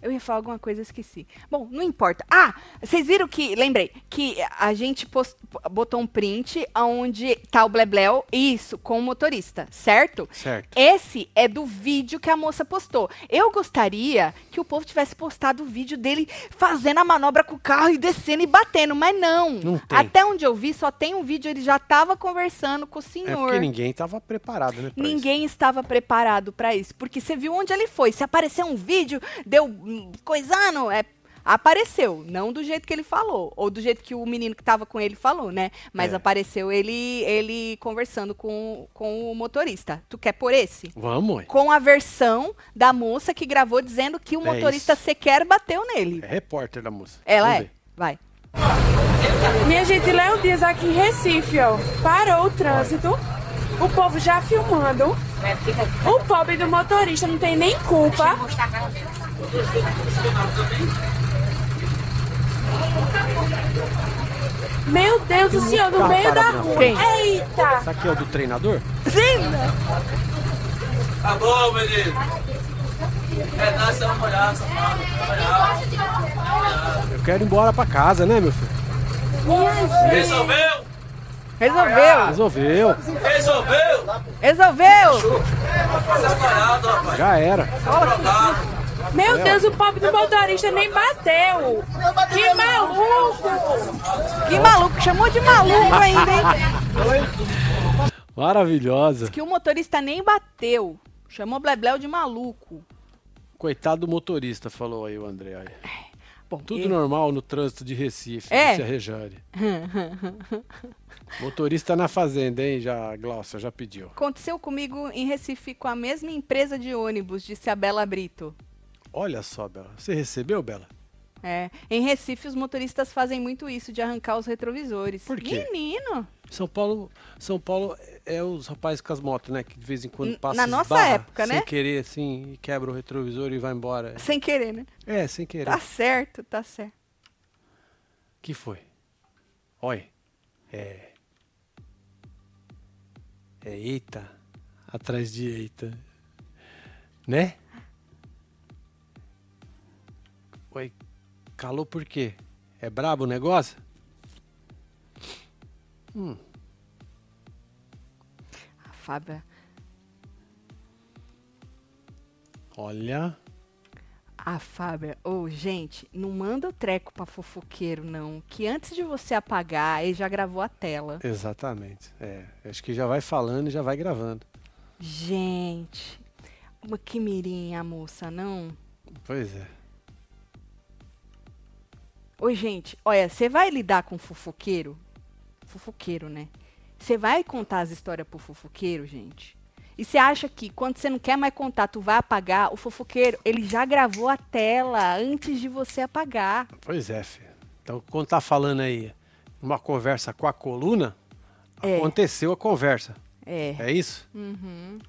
B: Eu ia falar alguma coisa, esqueci. Bom, não importa. Ah, vocês viram que. Lembrei, que a gente post- botou um print onde tá o Blebleu, isso, com o motorista, certo?
A: Certo.
B: Esse é do vídeo que a moça postou. Eu gostaria que o povo tivesse postado o vídeo dele fazendo a manobra com o carro e descendo e batendo, mas não.
A: Não tem.
B: Até onde eu vi, só tem um vídeo, ele já tava conversando com o
A: É
B: senhor.
A: porque ninguém tava preparado, né? pra isso.
B: Ninguém estava preparado para isso, porque você viu onde ele foi. Se apareceu um vídeo, deu hum, coisando, é, apareceu, não do jeito que ele falou, ou do jeito que o menino que estava com ele falou, né? Mas
A: É.
B: apareceu ele ele conversando com, com o motorista. Tu quer por esse?
A: Vamos, ué.
B: Com a versão da moça que gravou dizendo que o
A: É
B: motorista
A: isso.
B: sequer bateu nele.
A: É repórter da moça.
B: Ela
A: Vamos
B: é.
A: ver.
B: Vai.
H: Minha gente, Léo Dias aqui em Recife, ó. Parou o trânsito. O povo já filmando. O pobre do motorista não tem nem culpa. Meu Deus do céu, no meio da rua.
B: Quem?
H: Eita!
A: Esse aqui é o do treinador?
B: Sim.
E: Tá bom, menino. É, nasce uma olhada,
A: Eu quero ir embora pra casa, né, meu filho?
E: Resolveu?
B: Resolveu.
A: Resolveu.
E: Resolveu?
B: Resolveu.
E: Separado, rapaz.
A: Já era.
H: Meu Deus, o pobre do motorista nem bateu. Que maluco!
B: Que maluco, chamou de maluco ainda, hein?
A: Maravilhosa.
B: que o motorista nem bateu. Chamou o Blebleu de maluco.
A: Coitado do motorista, falou aí o André. olha.
B: Bom,
A: Tudo
B: ele-
A: normal no trânsito de Recife,
B: É.
A: disse
B: (laughs)
A: a Rejane. Motorista na fazenda, hein, já, Glaucia, já pediu.
B: Aconteceu comigo em Recife com a mesma empresa de ônibus, disse a Bela Brito.
A: Olha só, Bela. Você recebeu, Bela?
B: É, em Recife, os motoristas fazem muito isso, de arrancar os retrovisores.
A: Por quê?
B: Menino!
A: São Paulo, São Paulo é os rapazes com as motos, né? Que de vez em quando
B: N-
A: passa
B: na nossa
A: esbarra
B: época,
A: sem
B: né?
A: querer, assim, e quebra o retrovisor e vai embora.
B: Sem querer, né?
A: É, sem querer.
B: Tá certo, tá certo.
A: Que foi? Olha. É. É eita. Atrás direita. Né? Oi. Calou por quê? É brabo o negócio?
B: A Fábia,
A: Olha.
B: a Fábia, ô, gente, não manda o treco pra fofoqueiro, não. Que antes de você apagar, ele já gravou a tela.
A: Exatamente. É. Acho que já vai falando e já vai gravando.
B: Gente, uma que mirim a moça, não?
A: Pois é.
B: Ô, gente, olha, você vai lidar com fofoqueiro? Fofoqueiro, né? Você vai contar as histórias pro fofoqueiro, gente? E você acha que quando você não quer mais contar, tu vai apagar? O fofoqueiro, ele já gravou a tela antes de você apagar.
A: Pois é, filho. Então, quando tá falando aí uma conversa com a coluna,
B: É.
A: aconteceu a conversa.
B: É, Uhum.
A: É isso?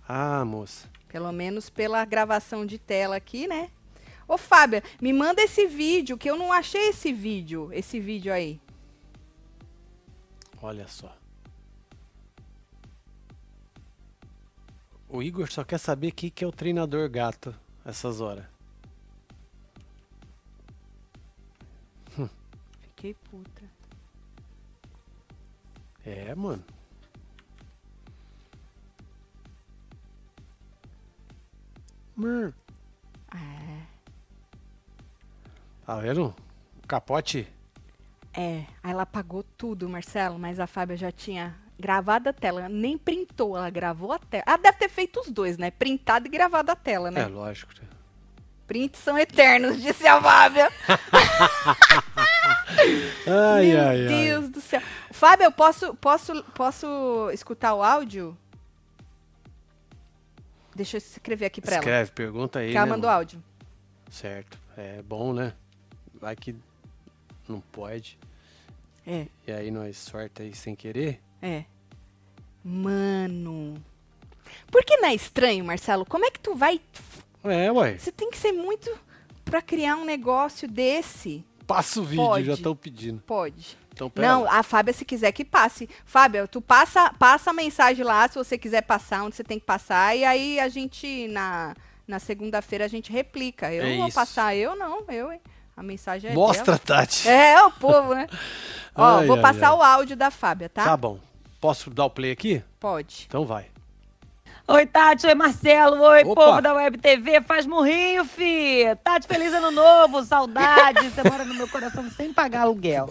A: Ah, moça.
B: pelo menos pela gravação de tela aqui, né? Ô, Fábia, me manda esse vídeo, que eu não achei esse vídeo, esse vídeo aí.
A: Olha só. O Igor só quer saber quem que é o treinador gato essas horas.
B: Fiquei puta.
A: É, mano. Mano.
B: É.
A: Tá vendo? Capote.
B: É, aí ela apagou tudo, Marcelo, mas a Fábia já tinha gravado a tela, ela nem printou, ela gravou a tela. Ela deve ter feito os dois, né? Printado e gravado a tela,
A: É
B: né?
A: lógico. né?
B: Prints são eternos, (laughs) disse a Fábia.
A: Ai,
B: Meu
A: ai, ai.
B: Deus do céu. Fábia, eu posso, posso, posso escutar o áudio? Deixa eu escrever aqui pra ela.
A: Escreve, pergunta aí.
B: Que ela
A: né,
B: mandou
A: mano?
B: áudio.
A: Certo. É bom, né? Vai que não pode.
B: É,
A: E aí nós sorta aí sem querer.
B: é. Mano. Por que não é estranho, Marcelo? Como é que tu vai.
A: É, ué.
B: Você tem que ser muito pra criar um negócio desse.
A: Passa o vídeo,
B: Pode.
A: já estão pedindo.
B: Pode.
A: Então, pera
B: Não,
A: lá.
B: a Fábia, se quiser que passe. Fábia, tu passa, passa a mensagem lá, se você quiser passar, onde você tem que passar. E aí a gente, na, na segunda-feira, a gente replica. Eu
A: É
B: não vou
A: isso.
B: passar, eu não, eu, hein? A mensagem é
A: Mostra, Tati.
B: dela. É, é o povo,
A: (laughs)
B: né? Ó,
A: Ai,
B: vou
A: ai,
B: passar
A: ai.
B: o áudio da Fábia, tá?
A: Tá bom. Posso dar o play aqui?
B: Pode.
A: Então vai.
I: Oi, Tati. Oi, Marcelo. Oi,
A: Opa.
I: povo da Web TV. Faz murrinho, fi. Tati, feliz ano novo. Saudades. Você mora no meu coração sem pagar aluguel.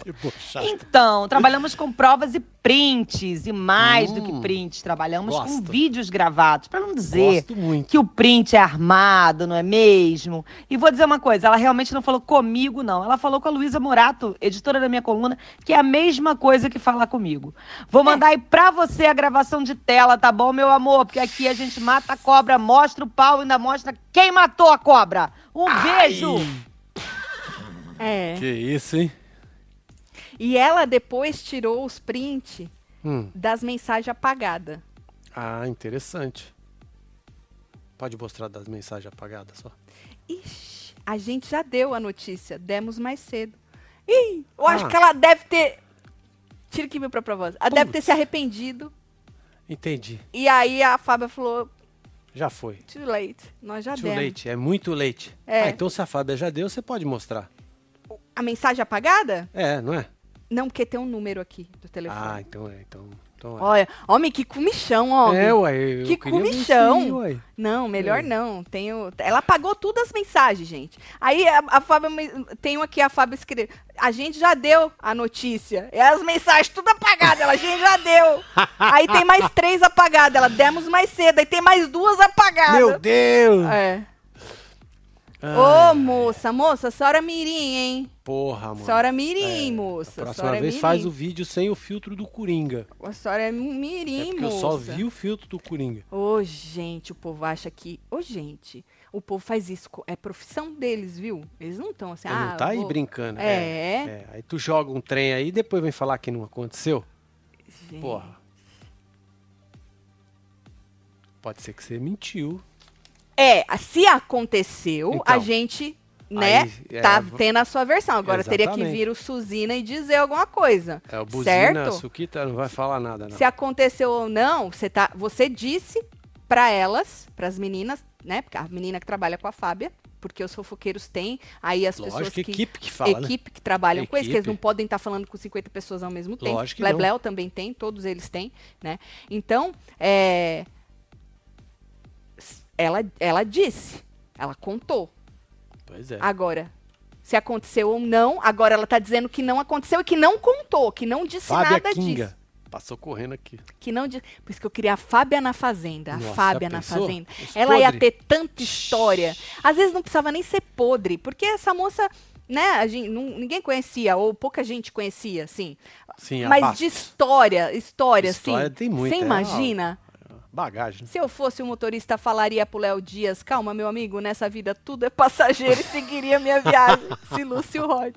I: Então, trabalhamos com provas e prints. E mais do
A: Hum.
I: que prints, trabalhamos com
A: Gosto.
I: vídeos gravados. Pra não dizer
A: Gosto muito.
I: que o print é armado, não é mesmo? E vou dizer uma coisa, ela realmente não falou comigo, não. Ela falou com a Luísa Morato, editora da minha coluna, que é a mesma coisa que falar comigo. Vou mandar aí pra você a gravação de tela, tá bom, meu amor? Porque aqui a gente mata a cobra, mostra o pau e ainda mostra quem matou a cobra. Um beijo!
B: É.
A: Que isso, hein?
B: E ela depois tirou os prints
A: Hum.
B: das mensagens apagadas.
A: Ah, interessante. Pode mostrar das mensagens apagadas só.
B: Ixi, a gente já deu a notícia, demos mais cedo. Ih, eu acho
A: Ah.
B: que ela deve ter. Tira aqui meu próprio voz. Ela deve ter se arrependido.
A: Entendi.
B: E aí a Fábia falou:
A: Já foi.
B: too late, nós já
A: Too
B: demos.
A: late. É muito leite.
B: É.
A: Ah, então se a Fábia já deu, você pode mostrar.
B: A mensagem apagada?
A: É, não é?
B: Não, porque tem um número aqui do telefone.
A: Ah, então é. Então, então é.
B: Olha, homem, que comichão, homem.
A: É, ué. Eu
B: que
A: queria ver isso
B: comichão.
A: aí, ué.
B: Não, melhor
A: É.
B: não. Tenho... Ela apagou todas as mensagens, gente. Aí a, a Fábia. me- Tem um aqui, a Fábia escreveu. A gente já deu a notícia. E as mensagens tudo apagadas. Ela, a gente já
A: (laughs)
B: deu. Aí tem mais três apagadas. Ela, demos mais cedo. Aí tem mais duas apagadas.
A: Meu Deus!
B: É.
A: Ah,
B: Ô, moça, moça, a senhora é mirim, hein?
A: porra,
B: A
A: mano. é,
B: senhora é mirim,
A: A
B: moça. A
A: próxima
B: senhora é
A: vez
B: mirim.
A: faz o vídeo sem o filtro do Coringa.
B: A senhora é mirim,
A: É porque
B: moça.
A: eu só vi o filtro do Coringa.
B: Ô, gente, o povo acha que. Ô, gente, o povo faz isso. co- É profissão deles, viu? Eles não estão assim.
A: Ele
B: ah,
A: não tá
B: eu
A: aí
B: vou...
A: brincando.
B: É.
A: é. Aí tu joga um trem aí e depois vem falar que não aconteceu.
B: Gente,
A: Porra. Pode ser que você mentiu.
B: É, a- se aconteceu, a
A: Então,
B: gente, né,
A: aí, é,
B: tá
A: v-
B: tendo a sua versão. Agora teria que
A: Exatamente.
B: vir o Suzina e dizer alguma coisa.
A: É, o Buzina, a
B: certo?
A: Suquita não vai falar nada, não.
B: Se aconteceu ou não, você tá, você disse pra elas, pras meninas, né? Porque a menina que trabalha com a Fábia, porque os fofoqueiros têm aí as pessoas
A: Lógico,
B: que,
A: equipe que fala, né?
B: equipe que trabalham com isso, que eles
A: Equipe.
B: não podem estar falando com 50 pessoas ao mesmo tempo.
A: Lógico que não.
B: Blebleu também tem, todos eles têm, né? Então, é, s- ela, ela disse, ela contou.
A: Pois é.
B: Agora, se aconteceu ou não, agora ela tá dizendo que não aconteceu e que não contou, que não disse
A: Fábia
B: nada
A: Kinga.
B: disso.
A: Passou correndo aqui.
B: Que não diz. Por isso que eu queria a Fábia na Fazenda. A
A: Nossa,
B: Fábia
A: já
B: na
A: pensou? Um
B: Fazenda.
A: Os
B: Ela ia
A: podre.
B: ter tanta história. Às vezes não precisava nem ser podre, porque essa moça, né, a gente, não- ninguém conhecia, ou pouca gente conhecia, assim.
A: Sim,
B: Mas
A: abafo.
B: de história, história,
A: História
B: assim.
A: tem muita,
B: Você
A: é,
B: imagina?
A: Bagagem.
B: Se eu fosse um motorista, falaria pro Léo Dias, calma, meu amigo, nessa vida tudo é passageiro e seguiria minha viagem.
A: (laughs)
B: Se Lúcio Rocha.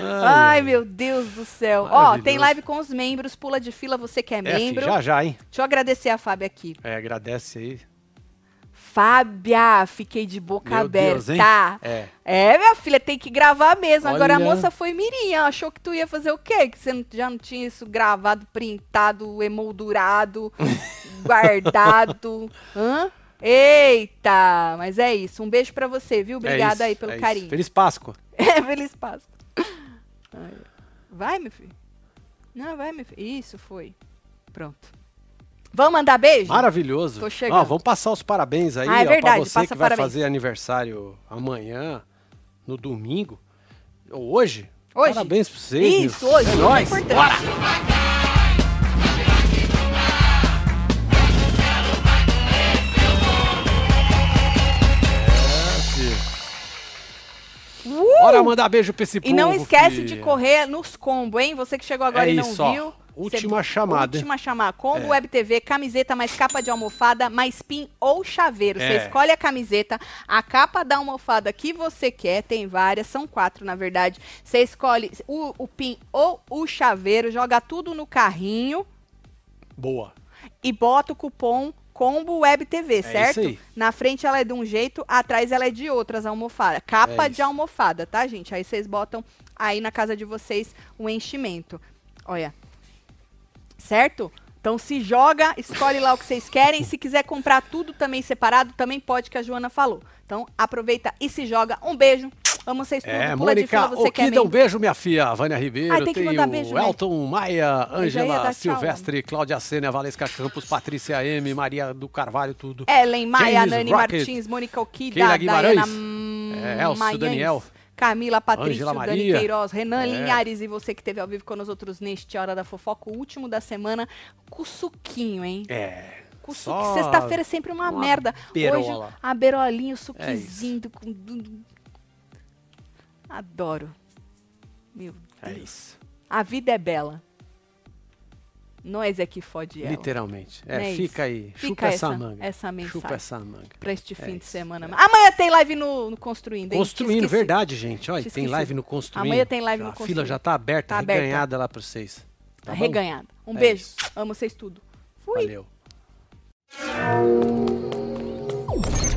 A: Ah,
B: Ai, meu Deus do céu. Ó, tem
A: Maravilhoso.
B: live com os membros, pula de fila, você que é
A: É, filho,
B: membro.
A: já já, hein?
B: Deixa eu agradecer a Fábia aqui.
A: É, agradece aí.
B: Fábia, fiquei de boca
A: Meu Deus, hein?
B: aberta.
A: É.
B: é, minha filha, tem que gravar mesmo. Agora a
A: Olha.
B: moça foi mirim, ela achou que tu ia fazer o quê? Que você não- já não tinha isso gravado, printado,
A: (laughs)
B: emoldurado, guardado. Hã? Eita, mas é isso. Um beijo pra você, viu?
A: é
B: Obrigada
A: isso,
B: aí pelo
A: é isso.
B: carinho.
A: Feliz Páscoa.
B: É, (laughs) feliz Páscoa. Ai. Vai, meu filho. Não, vai, meu filho. Isso, foi. Pronto. Vamos mandar beijo?
A: Maravilhoso.
B: Tô chegando.
A: Ó, vamos passar os parabéns aí
B: Ah, é
A: ó,
B: verdade,
A: pra você
B: passa
A: que vai
B: parabéns.
A: fazer aniversário amanhã, no domingo, ou hoje.
B: Hoje.
A: Parabéns pra vocês. meu.
B: Isso, hoje.
A: É
B: isso
A: nóis.
B: importante.
A: Bora mandar beijo pra esse povo.
B: E não esquece
A: que-
B: Uh! de correr nos combos, hein? Você que chegou agora
A: É
B: e não
A: isso, ó.
B: viu.
A: Última chamada.
B: Última chamada. Combo
A: É.
B: Web TV, camiseta mais capa de almofada, mais pin ou chaveiro. Você
A: É.
B: escolhe a camiseta, a capa da almofada que você quer, tem várias, são quatro na verdade. Você escolhe o, o pin ou o chaveiro, joga tudo no carrinho
A: Boa.
B: e bota o cupom Combo Web TV, certo?
A: É isso aí.
B: Na frente ela é de um jeito, atrás ela é de outras almofadas. Capa
A: É
B: de
A: isso.
B: almofada, tá, gente? Aí vocês botam aí na casa de vocês o enchimento. Olha. Certo? Então se joga, escolhe lá o que vocês querem. Se quiser comprar tudo também separado, também pode, que a Joana falou. Então aproveita e se joga. Um beijo. Amo vocês tudo.
A: É,
B: Pula de fila,
A: Mônica
B: você quer
A: Oquida, um
B: mesmo.
A: beijo, minha filha, Vânia Ribeiro,
B: Ai, tem que mandar
A: o
B: beijo, né?
A: Elton Maia,
B: Eu já ia dar
A: Ângela
B: tchau, né?
A: Silvestre, Cláudia Sênia, Valesca Campos, Patrícia M, Maria do Carvalho, tudo.
B: Ellen Maia,
A: James
B: Nani
A: Rocket,
B: Martins, Mônica Oquida,
A: Keila Guimarães,
B: Dayana
A: é, Elcio
B: Maiães,
A: Daniel,
B: Camila Patrício,
A: Ângela
B: Dani
A: Maria.
B: Queiroz, Renan
A: É.
B: Linhares e você que esteve ao vivo com nós outros neste Hora da Fofoca, o último da semana, com suquinho, hein?
A: É,
B: Com
A: só
B: suqui- Sexta-feira é sempre uma,
A: uma
B: merda.
A: berola.
B: Hoje, a berolinha, o
A: É isso.
B: suquizinho. do- com- do- do- Adoro. Meu
A: é
B: Deus.
A: isso.
B: A vida é bela. Nós é que fode ela.
A: Literalmente.
B: Não é
A: É,
B: isso?
A: fica aí.
B: Fica
A: chupa essa,
B: essa-
A: manga.
B: essa mensagem.
A: Chupa essa manga.
B: Pra este fim de
A: É isso,
B: semana. Amanhã tem live no, no Construindo, hein?
A: Construindo,
B: Esqueci.
A: verdade, gente.
B: Te
A: Olha, tem
B: esqueci.
A: live no Construindo.
B: Amanhã tem live
A: Já,
B: no
A: A fila
B: Construindo.
A: já tá aberta,
B: Tá aberta.
A: reganhada lá pra vocês. Tá bom?
B: Reganhada. Um
A: É
B: beijo.
A: isso.
B: Amo vocês tudo. Fui.
A: Valeu.